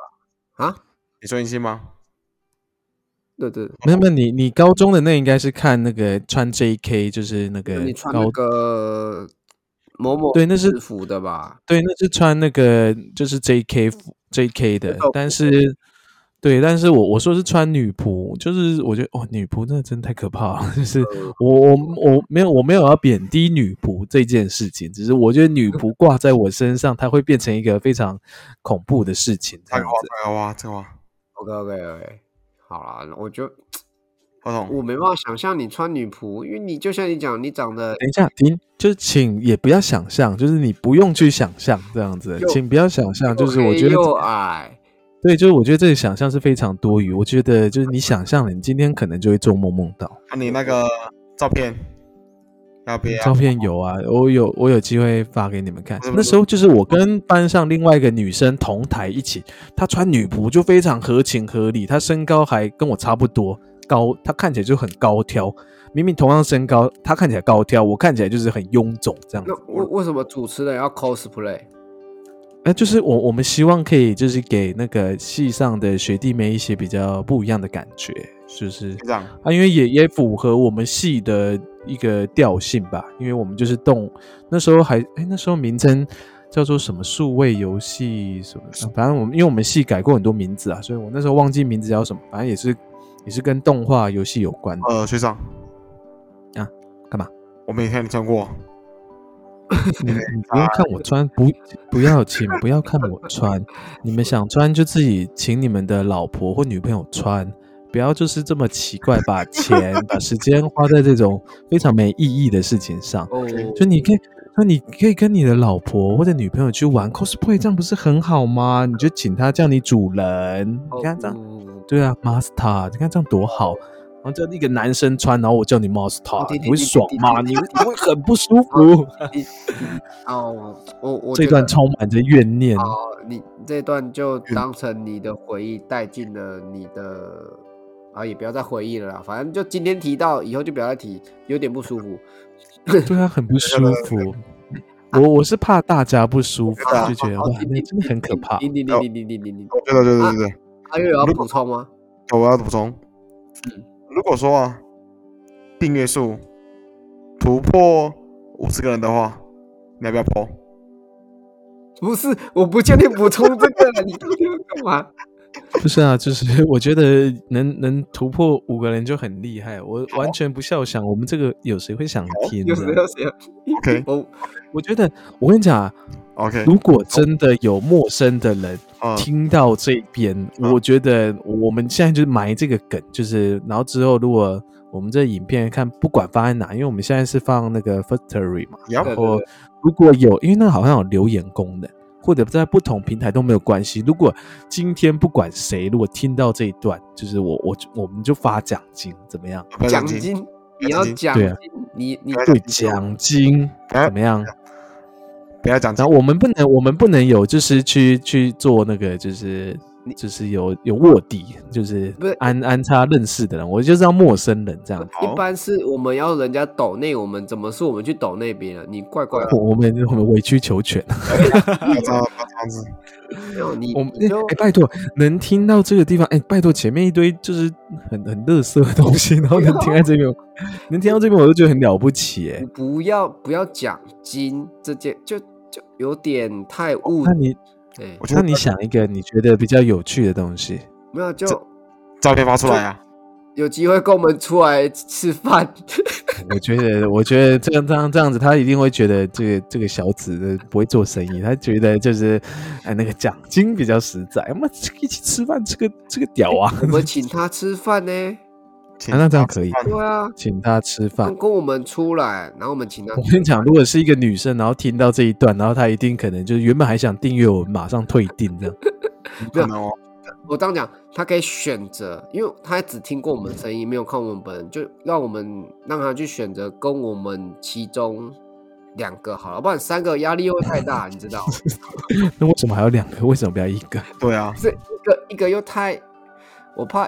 [SPEAKER 3] 啊，
[SPEAKER 1] 你说你信吗？
[SPEAKER 3] 对对，
[SPEAKER 2] 没有没有，你你高中的那应该是看那个穿 J.K. 就是那个
[SPEAKER 3] 对你穿
[SPEAKER 2] 高
[SPEAKER 3] 那个某某
[SPEAKER 2] 对那是
[SPEAKER 3] 制服的吧？
[SPEAKER 2] 对，那是穿那个就是 J.K. 服 J.K. 的
[SPEAKER 3] 道，
[SPEAKER 2] 但是对，但是我我说是穿女仆，就是我觉得哦，女仆那真的太可怕了。就是我我我没有我没有要贬低女仆这件事情，只是我觉得女仆挂在我身上，它会变成一个非常恐怖的事情。这
[SPEAKER 1] 太
[SPEAKER 2] 样
[SPEAKER 1] 夸
[SPEAKER 2] 子，
[SPEAKER 1] 太夸太夸！
[SPEAKER 3] OK OK OK，好啦，我就
[SPEAKER 1] 何总，
[SPEAKER 3] 我没办法想象你穿女仆，因为你就像你讲，你长得
[SPEAKER 2] 等一下，停，就是请也不要想象，就是你不用去想象这样子
[SPEAKER 3] 又，
[SPEAKER 2] 请不要想象，就是
[SPEAKER 3] 又
[SPEAKER 2] 我
[SPEAKER 3] 黑
[SPEAKER 2] 觉得
[SPEAKER 3] 又矮，
[SPEAKER 2] 对，就是我觉得这个想象是非常多余。我觉得就是你想象了，你今天可能就会做梦梦到。
[SPEAKER 1] 那啊你那个照片要不要？
[SPEAKER 2] 照片有啊，嗯我有我有机会发给你们看
[SPEAKER 1] 不是。不
[SPEAKER 2] 那
[SPEAKER 1] 是
[SPEAKER 2] 时候就是我跟班上另外一个女生同台一起，她穿女仆就非常合情合理，她身高还跟我差不多高，她看起来就很高挑。明明同样身高，她看起来高挑，我看起来就是很臃肿这样子
[SPEAKER 3] 那。为为什么主持人要 cosplay？
[SPEAKER 2] 那哎就是我我们希望可以就是给那个系上的学弟妹一些比较不一样的感觉，就是
[SPEAKER 1] 学长，
[SPEAKER 2] 啊，因为也也符合我们系的一个调性吧，因为我们就是动那时候还哎那时候名称叫做什么数位游戏什么，啊反正我们因为我们系改过很多名字啊，所以我那时候忘记名字叫什么，反正也是也是跟动画游戏有关的。
[SPEAKER 1] 呃，学长，
[SPEAKER 2] 啊干嘛？哦
[SPEAKER 1] 我没看你穿过，
[SPEAKER 2] 你你不用看我穿，不不要请不要看我穿，你们想穿就自己请你们的老婆或女朋友穿，不要就是这么奇怪，把钱把时间花在这种非常没意义的事情上。
[SPEAKER 3] 哦，
[SPEAKER 2] 就你可以，那你可以跟你的老婆或者女朋友去玩 cosplay，这样不是很好吗？你就请她叫你主人，
[SPEAKER 3] 哦
[SPEAKER 2] 你看这
[SPEAKER 3] 嗯
[SPEAKER 2] 样，
[SPEAKER 3] 样
[SPEAKER 2] 对啊，master，你看这样多好。然后叫一个男生穿，然后我叫你 master，
[SPEAKER 3] 哦对对
[SPEAKER 2] 你会
[SPEAKER 3] 对对
[SPEAKER 2] 爽
[SPEAKER 3] 对
[SPEAKER 2] 吗？你
[SPEAKER 3] 对
[SPEAKER 2] 你会很不舒 服。
[SPEAKER 3] 哦，我我
[SPEAKER 2] 这
[SPEAKER 3] 觉
[SPEAKER 2] 段嗯
[SPEAKER 3] 得
[SPEAKER 2] 充满着怨念。
[SPEAKER 3] 哦，你这段就当成你的回忆带进了你的啊，也不要再回忆了啦，反正就今天提到，以后就不要再提，有点不舒服。
[SPEAKER 2] 对啊，很不舒 服。我我是怕大家不舒服，
[SPEAKER 1] 啊
[SPEAKER 2] 就觉得
[SPEAKER 3] 好
[SPEAKER 2] 哇，那真的很可怕。
[SPEAKER 3] 哦你你你你你你你你，
[SPEAKER 1] 对对对对对。
[SPEAKER 2] 啊
[SPEAKER 3] 阿月有要补充吗？
[SPEAKER 1] 哦我要补充
[SPEAKER 3] 嗯，
[SPEAKER 1] 如果说啊，订阅数突破五十个人的话，你要不要破？
[SPEAKER 3] 不是，我不叫你补充这个了，你到底要 干嘛？
[SPEAKER 2] 不是啊，就是 我觉得能能突破五个人就很厉害。我完全不笑想，我们这个有谁会想听
[SPEAKER 3] 有
[SPEAKER 2] 呢？
[SPEAKER 3] 谁有谁有
[SPEAKER 1] OK
[SPEAKER 3] 我
[SPEAKER 2] 我觉得，我跟你讲啊，
[SPEAKER 1] OK，
[SPEAKER 2] 如果真的有陌生的人
[SPEAKER 1] 嗯，
[SPEAKER 2] 听到这边，
[SPEAKER 1] 嗯
[SPEAKER 2] 我觉得我们现在就埋这个梗，就是然后之后如果我们这影片看不管放在哪，因为我们现在是放那个 Factory 嘛，
[SPEAKER 1] 要
[SPEAKER 3] 对
[SPEAKER 2] 然后如果有，因为那好像有留言功能，或者在不同平台都没有关系。如果今天不管谁，如果听到这一段，就是我我我们就发奖金，怎么样？
[SPEAKER 1] 不要
[SPEAKER 3] 奖
[SPEAKER 1] 奖，
[SPEAKER 3] 金，
[SPEAKER 1] 不要
[SPEAKER 3] 你要
[SPEAKER 1] 奖
[SPEAKER 3] 奖
[SPEAKER 2] 对
[SPEAKER 3] 金
[SPEAKER 2] 啊，
[SPEAKER 3] 你你
[SPEAKER 1] 不要
[SPEAKER 2] 对，
[SPEAKER 1] 金
[SPEAKER 2] 奖金
[SPEAKER 1] 不
[SPEAKER 3] 哎
[SPEAKER 1] 要
[SPEAKER 2] 怎么样？
[SPEAKER 1] 不要奖金
[SPEAKER 2] 然后，我们不能，我们不能有就是去去做那个就是。就是有有卧底，就是
[SPEAKER 3] 不是
[SPEAKER 2] 安安插认识的人，我就是要陌生人这样子。
[SPEAKER 1] 好
[SPEAKER 3] 一般是我们要人家抖内，我们怎么是我们去抖那边了？你怪怪的，
[SPEAKER 2] 我我们我们委曲求全，
[SPEAKER 1] 不要这样不要这样子，
[SPEAKER 3] 没有你
[SPEAKER 2] 我们
[SPEAKER 3] 你
[SPEAKER 2] 哎、
[SPEAKER 3] 就
[SPEAKER 2] 拜托，能听到这个地方，哎、拜托，前面一堆就是很很垃圾的东 西，然后能听在这边，能听到这边，我就觉得很了不起、哎
[SPEAKER 3] 你，不要不要奖金这件，就就有点太哎物
[SPEAKER 2] 哦那你
[SPEAKER 3] 对，
[SPEAKER 1] 我觉
[SPEAKER 2] 那
[SPEAKER 1] 得
[SPEAKER 2] 你想一个你觉得比较有趣的东西，
[SPEAKER 3] 没有就
[SPEAKER 1] 照片发出来啊，
[SPEAKER 3] 有机会跟我们出来吃饭。
[SPEAKER 2] 我觉得，我觉得这样这样这样子，他一定会觉得这个这个小子不会做生意，他觉得就是哎那个奖金比较实在，我们一起吃饭，这个这个屌啊！
[SPEAKER 3] 我们请他吃饭呢？
[SPEAKER 1] 请
[SPEAKER 2] 啊那这样
[SPEAKER 1] 他
[SPEAKER 2] 可以
[SPEAKER 1] 吃饭
[SPEAKER 3] 对啊，
[SPEAKER 2] 请他吃饭
[SPEAKER 3] 跟。跟我们出来，然后我们请他
[SPEAKER 2] 我。跟你讲，如果是一个女生，然后听到这一段，然后她一定可能就是原本还想订阅我们，马上退订这样。
[SPEAKER 3] 啊
[SPEAKER 1] 可能哦，
[SPEAKER 3] 我这样讲，他可以选择，因为他只听过我们的声音，没有看我们本人，就让我们让他去选择跟我们其中两个好了，不然三个压力又会太大，你知道吗，
[SPEAKER 2] 那为什么还有两个？为什么不要一个？
[SPEAKER 1] 对啊，
[SPEAKER 3] 这一个一个又太，我怕，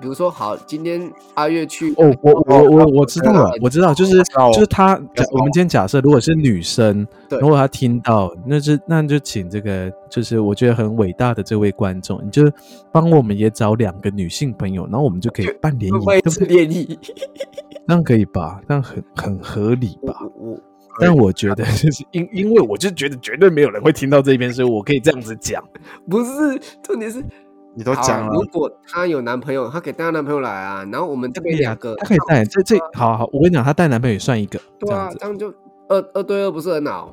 [SPEAKER 3] 比如说好，今天阿月去，
[SPEAKER 2] 哦，我我我我知道了，我知道，就是
[SPEAKER 1] 知道
[SPEAKER 2] 就是他，
[SPEAKER 1] 知道
[SPEAKER 2] 我们今天假设如果是女生，
[SPEAKER 3] 对
[SPEAKER 2] 如果她听到，那就那就请这个，就是我觉得很伟大的这位观众，你就帮我们也找两个女性朋友，然后我们就可以办联谊
[SPEAKER 3] 会不会，
[SPEAKER 2] 对不
[SPEAKER 3] 是
[SPEAKER 2] 对？
[SPEAKER 3] 联谊？
[SPEAKER 2] 这样可以吧？这样很很合理吧？
[SPEAKER 3] 我我
[SPEAKER 2] 但我觉得就是因因为我就觉得绝对没有人会听到这边，所以我可以这样子讲。
[SPEAKER 3] 不是，重点是
[SPEAKER 1] 你都
[SPEAKER 3] 好
[SPEAKER 1] 讲
[SPEAKER 3] 如
[SPEAKER 1] 了，
[SPEAKER 3] 果她有男朋友，她可以带她男朋友来啊，然后我们这边两个，
[SPEAKER 2] 她可以带这这好好，我跟你讲，她带男朋友也算一个，这
[SPEAKER 3] 对
[SPEAKER 2] 样
[SPEAKER 3] 啊，
[SPEAKER 2] 子，
[SPEAKER 3] 这样就二二对二不是很好？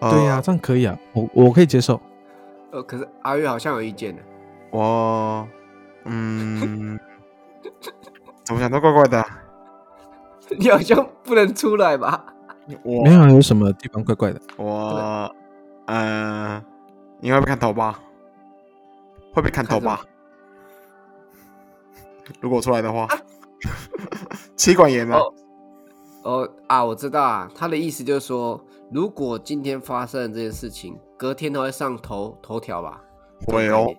[SPEAKER 1] 呃
[SPEAKER 2] 对呀，，这样可以啊，我我可以接受。
[SPEAKER 3] 呃，可是阿月好像有意见呢。
[SPEAKER 1] 我嗯， 怎么想都怪怪的啊，
[SPEAKER 3] 你好像不能出来吧？
[SPEAKER 1] 我
[SPEAKER 2] 没有啊有什么地方怪怪的？
[SPEAKER 1] 我呃，你会被砍头吧？会被砍头吧？如果我出来的话， 妻管严啊，
[SPEAKER 3] 啊哦哦啊，我知道啊，他的意思就是说，如果今天发生了这件事情，隔天他会上头头条吧？
[SPEAKER 1] 会
[SPEAKER 3] 这种概
[SPEAKER 1] 哦
[SPEAKER 3] 念，，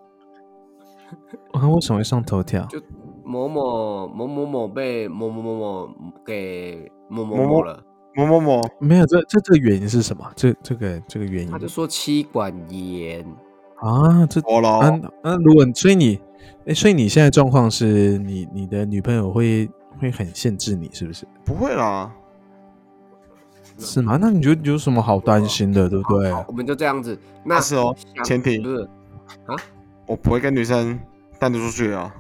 [SPEAKER 2] 啊，为什么会上头条？
[SPEAKER 3] 就某某某某某被某某某某给某某
[SPEAKER 1] 某
[SPEAKER 3] 某
[SPEAKER 1] 某
[SPEAKER 3] 了，
[SPEAKER 1] 某某某，
[SPEAKER 2] 没有，这这这个原因是什么？这这个这个原因
[SPEAKER 3] 他就说妻管严，
[SPEAKER 2] 啊，这
[SPEAKER 1] 我喽
[SPEAKER 2] 啊，那、如果所以你，哎，所以你现在状况是你你的女朋友会会很限制你，是不是？
[SPEAKER 1] 不会啦，
[SPEAKER 2] 是吗？那你觉得有什么好担心嗯的，对啊不对？
[SPEAKER 3] 好，我们就这样子。那
[SPEAKER 1] 哦但是哦
[SPEAKER 3] 想
[SPEAKER 1] 前提
[SPEAKER 3] 不是
[SPEAKER 1] 我不会跟女生单独出去啊。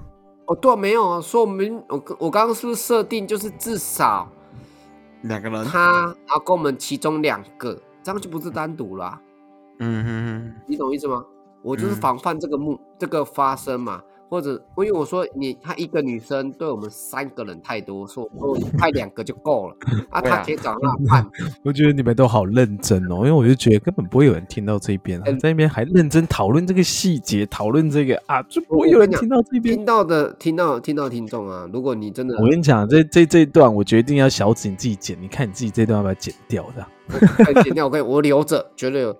[SPEAKER 3] 哦，对啊、没有啊，说我们我我刚刚是不是设定就是至少
[SPEAKER 1] 两个人，
[SPEAKER 3] 他要跟我们其中两个，这样就不是单独啦、
[SPEAKER 1] 嗯哼哼，
[SPEAKER 3] 你懂意思吗？我就是
[SPEAKER 1] 嗯
[SPEAKER 3] 防范这个目、这个发生嘛，或者因为我说你她一个女生对我们三个人太多，说我说派两个就够了啊，
[SPEAKER 1] 对啊
[SPEAKER 3] 她可以找那伴。
[SPEAKER 2] 我觉得你们都好认真哦，因为我就觉得根本不会有人听到这边、啊
[SPEAKER 3] 哎，
[SPEAKER 2] 在那边还认真讨论这个细节，讨论这个啊，就不会有人听到这边
[SPEAKER 3] 听。到的听到听到听众啊，如果你真的
[SPEAKER 2] 我跟你讲，这这这一段我决定要小紫你自己剪，你看你自己这段要不要剪掉的？啊
[SPEAKER 3] 快剪掉，我可以我留着，绝对有。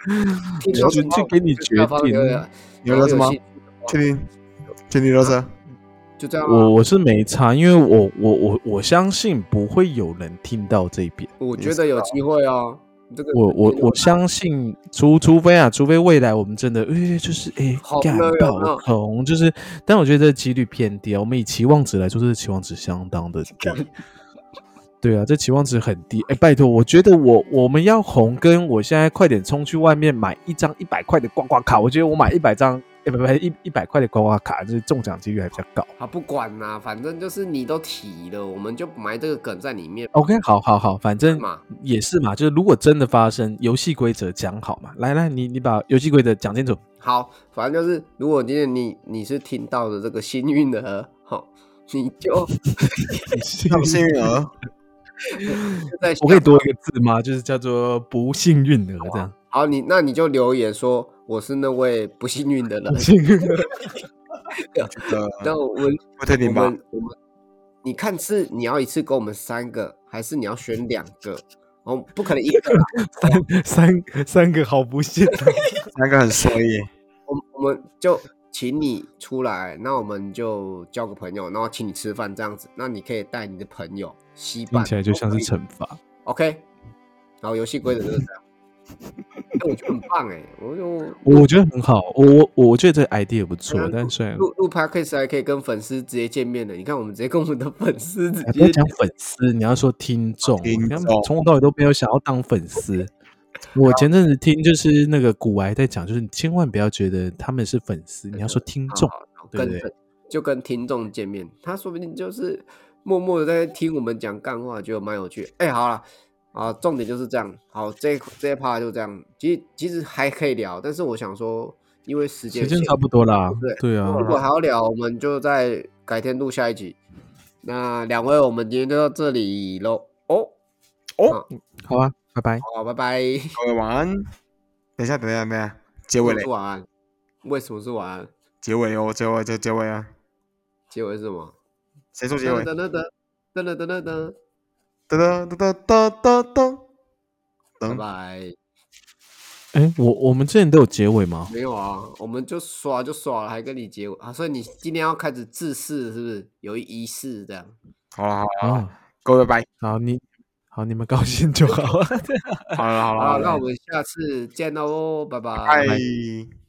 [SPEAKER 3] 听到
[SPEAKER 2] 我就
[SPEAKER 3] 听众
[SPEAKER 2] 就给你
[SPEAKER 3] 就下方
[SPEAKER 2] 决定
[SPEAKER 3] 留言
[SPEAKER 1] 有了什？
[SPEAKER 3] 然
[SPEAKER 1] 么
[SPEAKER 3] 后有兴？趣的话
[SPEAKER 1] 确定？确定
[SPEAKER 3] 啊
[SPEAKER 1] 热车？
[SPEAKER 3] 就这样啊。
[SPEAKER 2] 我我是没差，因为我我我我相信不会有人听到这边。
[SPEAKER 3] 我觉得有机会哦。这个
[SPEAKER 2] 我我
[SPEAKER 3] 这个
[SPEAKER 2] 我相信，除除非啊，除非未来我们真的，诶、就是诶，
[SPEAKER 3] 红
[SPEAKER 2] 干
[SPEAKER 3] 了有没
[SPEAKER 2] 爆
[SPEAKER 3] 有
[SPEAKER 2] 红，就是，但我觉得这几率偏低啊。我们以期望值来说，这期望值相当的低。对啊，这期望值很低。哎，拜托，我觉得我我们要红，跟我现在快点冲去外面买一张一百块的刮刮卡，我觉得我买一百张，哎，不不，一一百块的刮刮卡，就是中奖几率还比较高。
[SPEAKER 3] 啊，不管啦、反正就是你都提了，我们就埋这个梗在里面
[SPEAKER 2] OK，好好好，反正
[SPEAKER 3] 嘛。
[SPEAKER 2] 也是嘛，就是如果真的发生，游戏规则讲好嘛。来来，你你把游戏规则讲清 楚。
[SPEAKER 3] 好，反正就是，如果今天你你是听到的这个幸运儿，好，你 就
[SPEAKER 1] 那不幸运儿，
[SPEAKER 3] 就在
[SPEAKER 2] 我可以
[SPEAKER 3] 想
[SPEAKER 2] 多一个字吗？就是叫做不幸运儿 这样。
[SPEAKER 3] 好，你那你就留言说我是那位不幸运的人
[SPEAKER 2] 不，幸运儿，
[SPEAKER 1] 呃，
[SPEAKER 3] 那我 们
[SPEAKER 1] 会退
[SPEAKER 3] 我
[SPEAKER 1] 订吧？
[SPEAKER 3] 们我们，你看是你要一次跟我们三个，还是你要选两个？哦，不可能一个啦，
[SPEAKER 2] 三三三个好不 幸。
[SPEAKER 1] 三个很衰耶，
[SPEAKER 3] 我们我们就请你出来，那我们就交个朋友，然后请你吃饭这样子，那你可以带你的朋友稀
[SPEAKER 2] 听
[SPEAKER 3] 饭，
[SPEAKER 2] 起来就像是
[SPEAKER 3] 都可以
[SPEAKER 2] 惩罚。
[SPEAKER 3] OK，然后游戏规则就是这样。哎，我觉得很棒哎、我就
[SPEAKER 2] 我觉得很好，我我我觉得这 idea 不错，但虽然
[SPEAKER 3] 啊录录 podcast 还可以跟粉丝直接见面的，你看我们直接跟我们的粉丝直
[SPEAKER 2] 哎不要
[SPEAKER 3] 接
[SPEAKER 2] 讲粉丝，你要说听众，啊
[SPEAKER 1] 听众
[SPEAKER 2] 你看从头到尾都没有想要当粉丝。我前阵子听就是那个古癌在讲，就是你千万不要觉得他们是粉丝，你要说听
[SPEAKER 3] 好
[SPEAKER 2] 众。
[SPEAKER 3] 好好
[SPEAKER 2] 对不对
[SPEAKER 3] 跟着就跟听众见面，他说不定就是默默的在听我们讲干话，觉得蛮有趣。哎、好了，啊，重点就是这样。好，这一这一趴就这样。其实其实还可以聊，但是我想说，因为时间
[SPEAKER 4] 时间
[SPEAKER 3] 限
[SPEAKER 4] 差不多啦
[SPEAKER 3] 对，
[SPEAKER 4] 对
[SPEAKER 1] 嗯
[SPEAKER 4] 啊，
[SPEAKER 3] 如果还要聊，我们就在改天录下一集。那两位，我们今天就到这里喽。哦，
[SPEAKER 1] 哦，
[SPEAKER 4] 好啊，拜拜。
[SPEAKER 3] 好，拜拜。
[SPEAKER 1] 各位晚安。等一下，等一下，等一下，结尾嘞
[SPEAKER 3] 是，晚安。为什么是晚安？
[SPEAKER 1] 结尾哦，结尾，结结尾啊，
[SPEAKER 3] 结尾是什么？
[SPEAKER 1] 谁说结尾
[SPEAKER 3] 噔？噔噔噔噔
[SPEAKER 1] 噔
[SPEAKER 3] 噔噔噔
[SPEAKER 1] 噔噔噔噔噔嗯
[SPEAKER 3] 噔，拜
[SPEAKER 1] 噔，
[SPEAKER 3] 拜。
[SPEAKER 4] 哎，我我们之前都有结尾吗？
[SPEAKER 3] 没有啊，我们就耍就耍了，还跟你结尾啊？所以你今天要开始自视是不是？有仪式这样？
[SPEAKER 1] 好了好了，好了
[SPEAKER 4] 啊，
[SPEAKER 1] 各位拜
[SPEAKER 4] 好，你好，你们高兴就好。
[SPEAKER 1] 拜，好了好了
[SPEAKER 3] 好，
[SPEAKER 1] 好
[SPEAKER 3] 那我
[SPEAKER 1] 了，
[SPEAKER 3] 们下次见喽，拜拜。
[SPEAKER 1] 拜。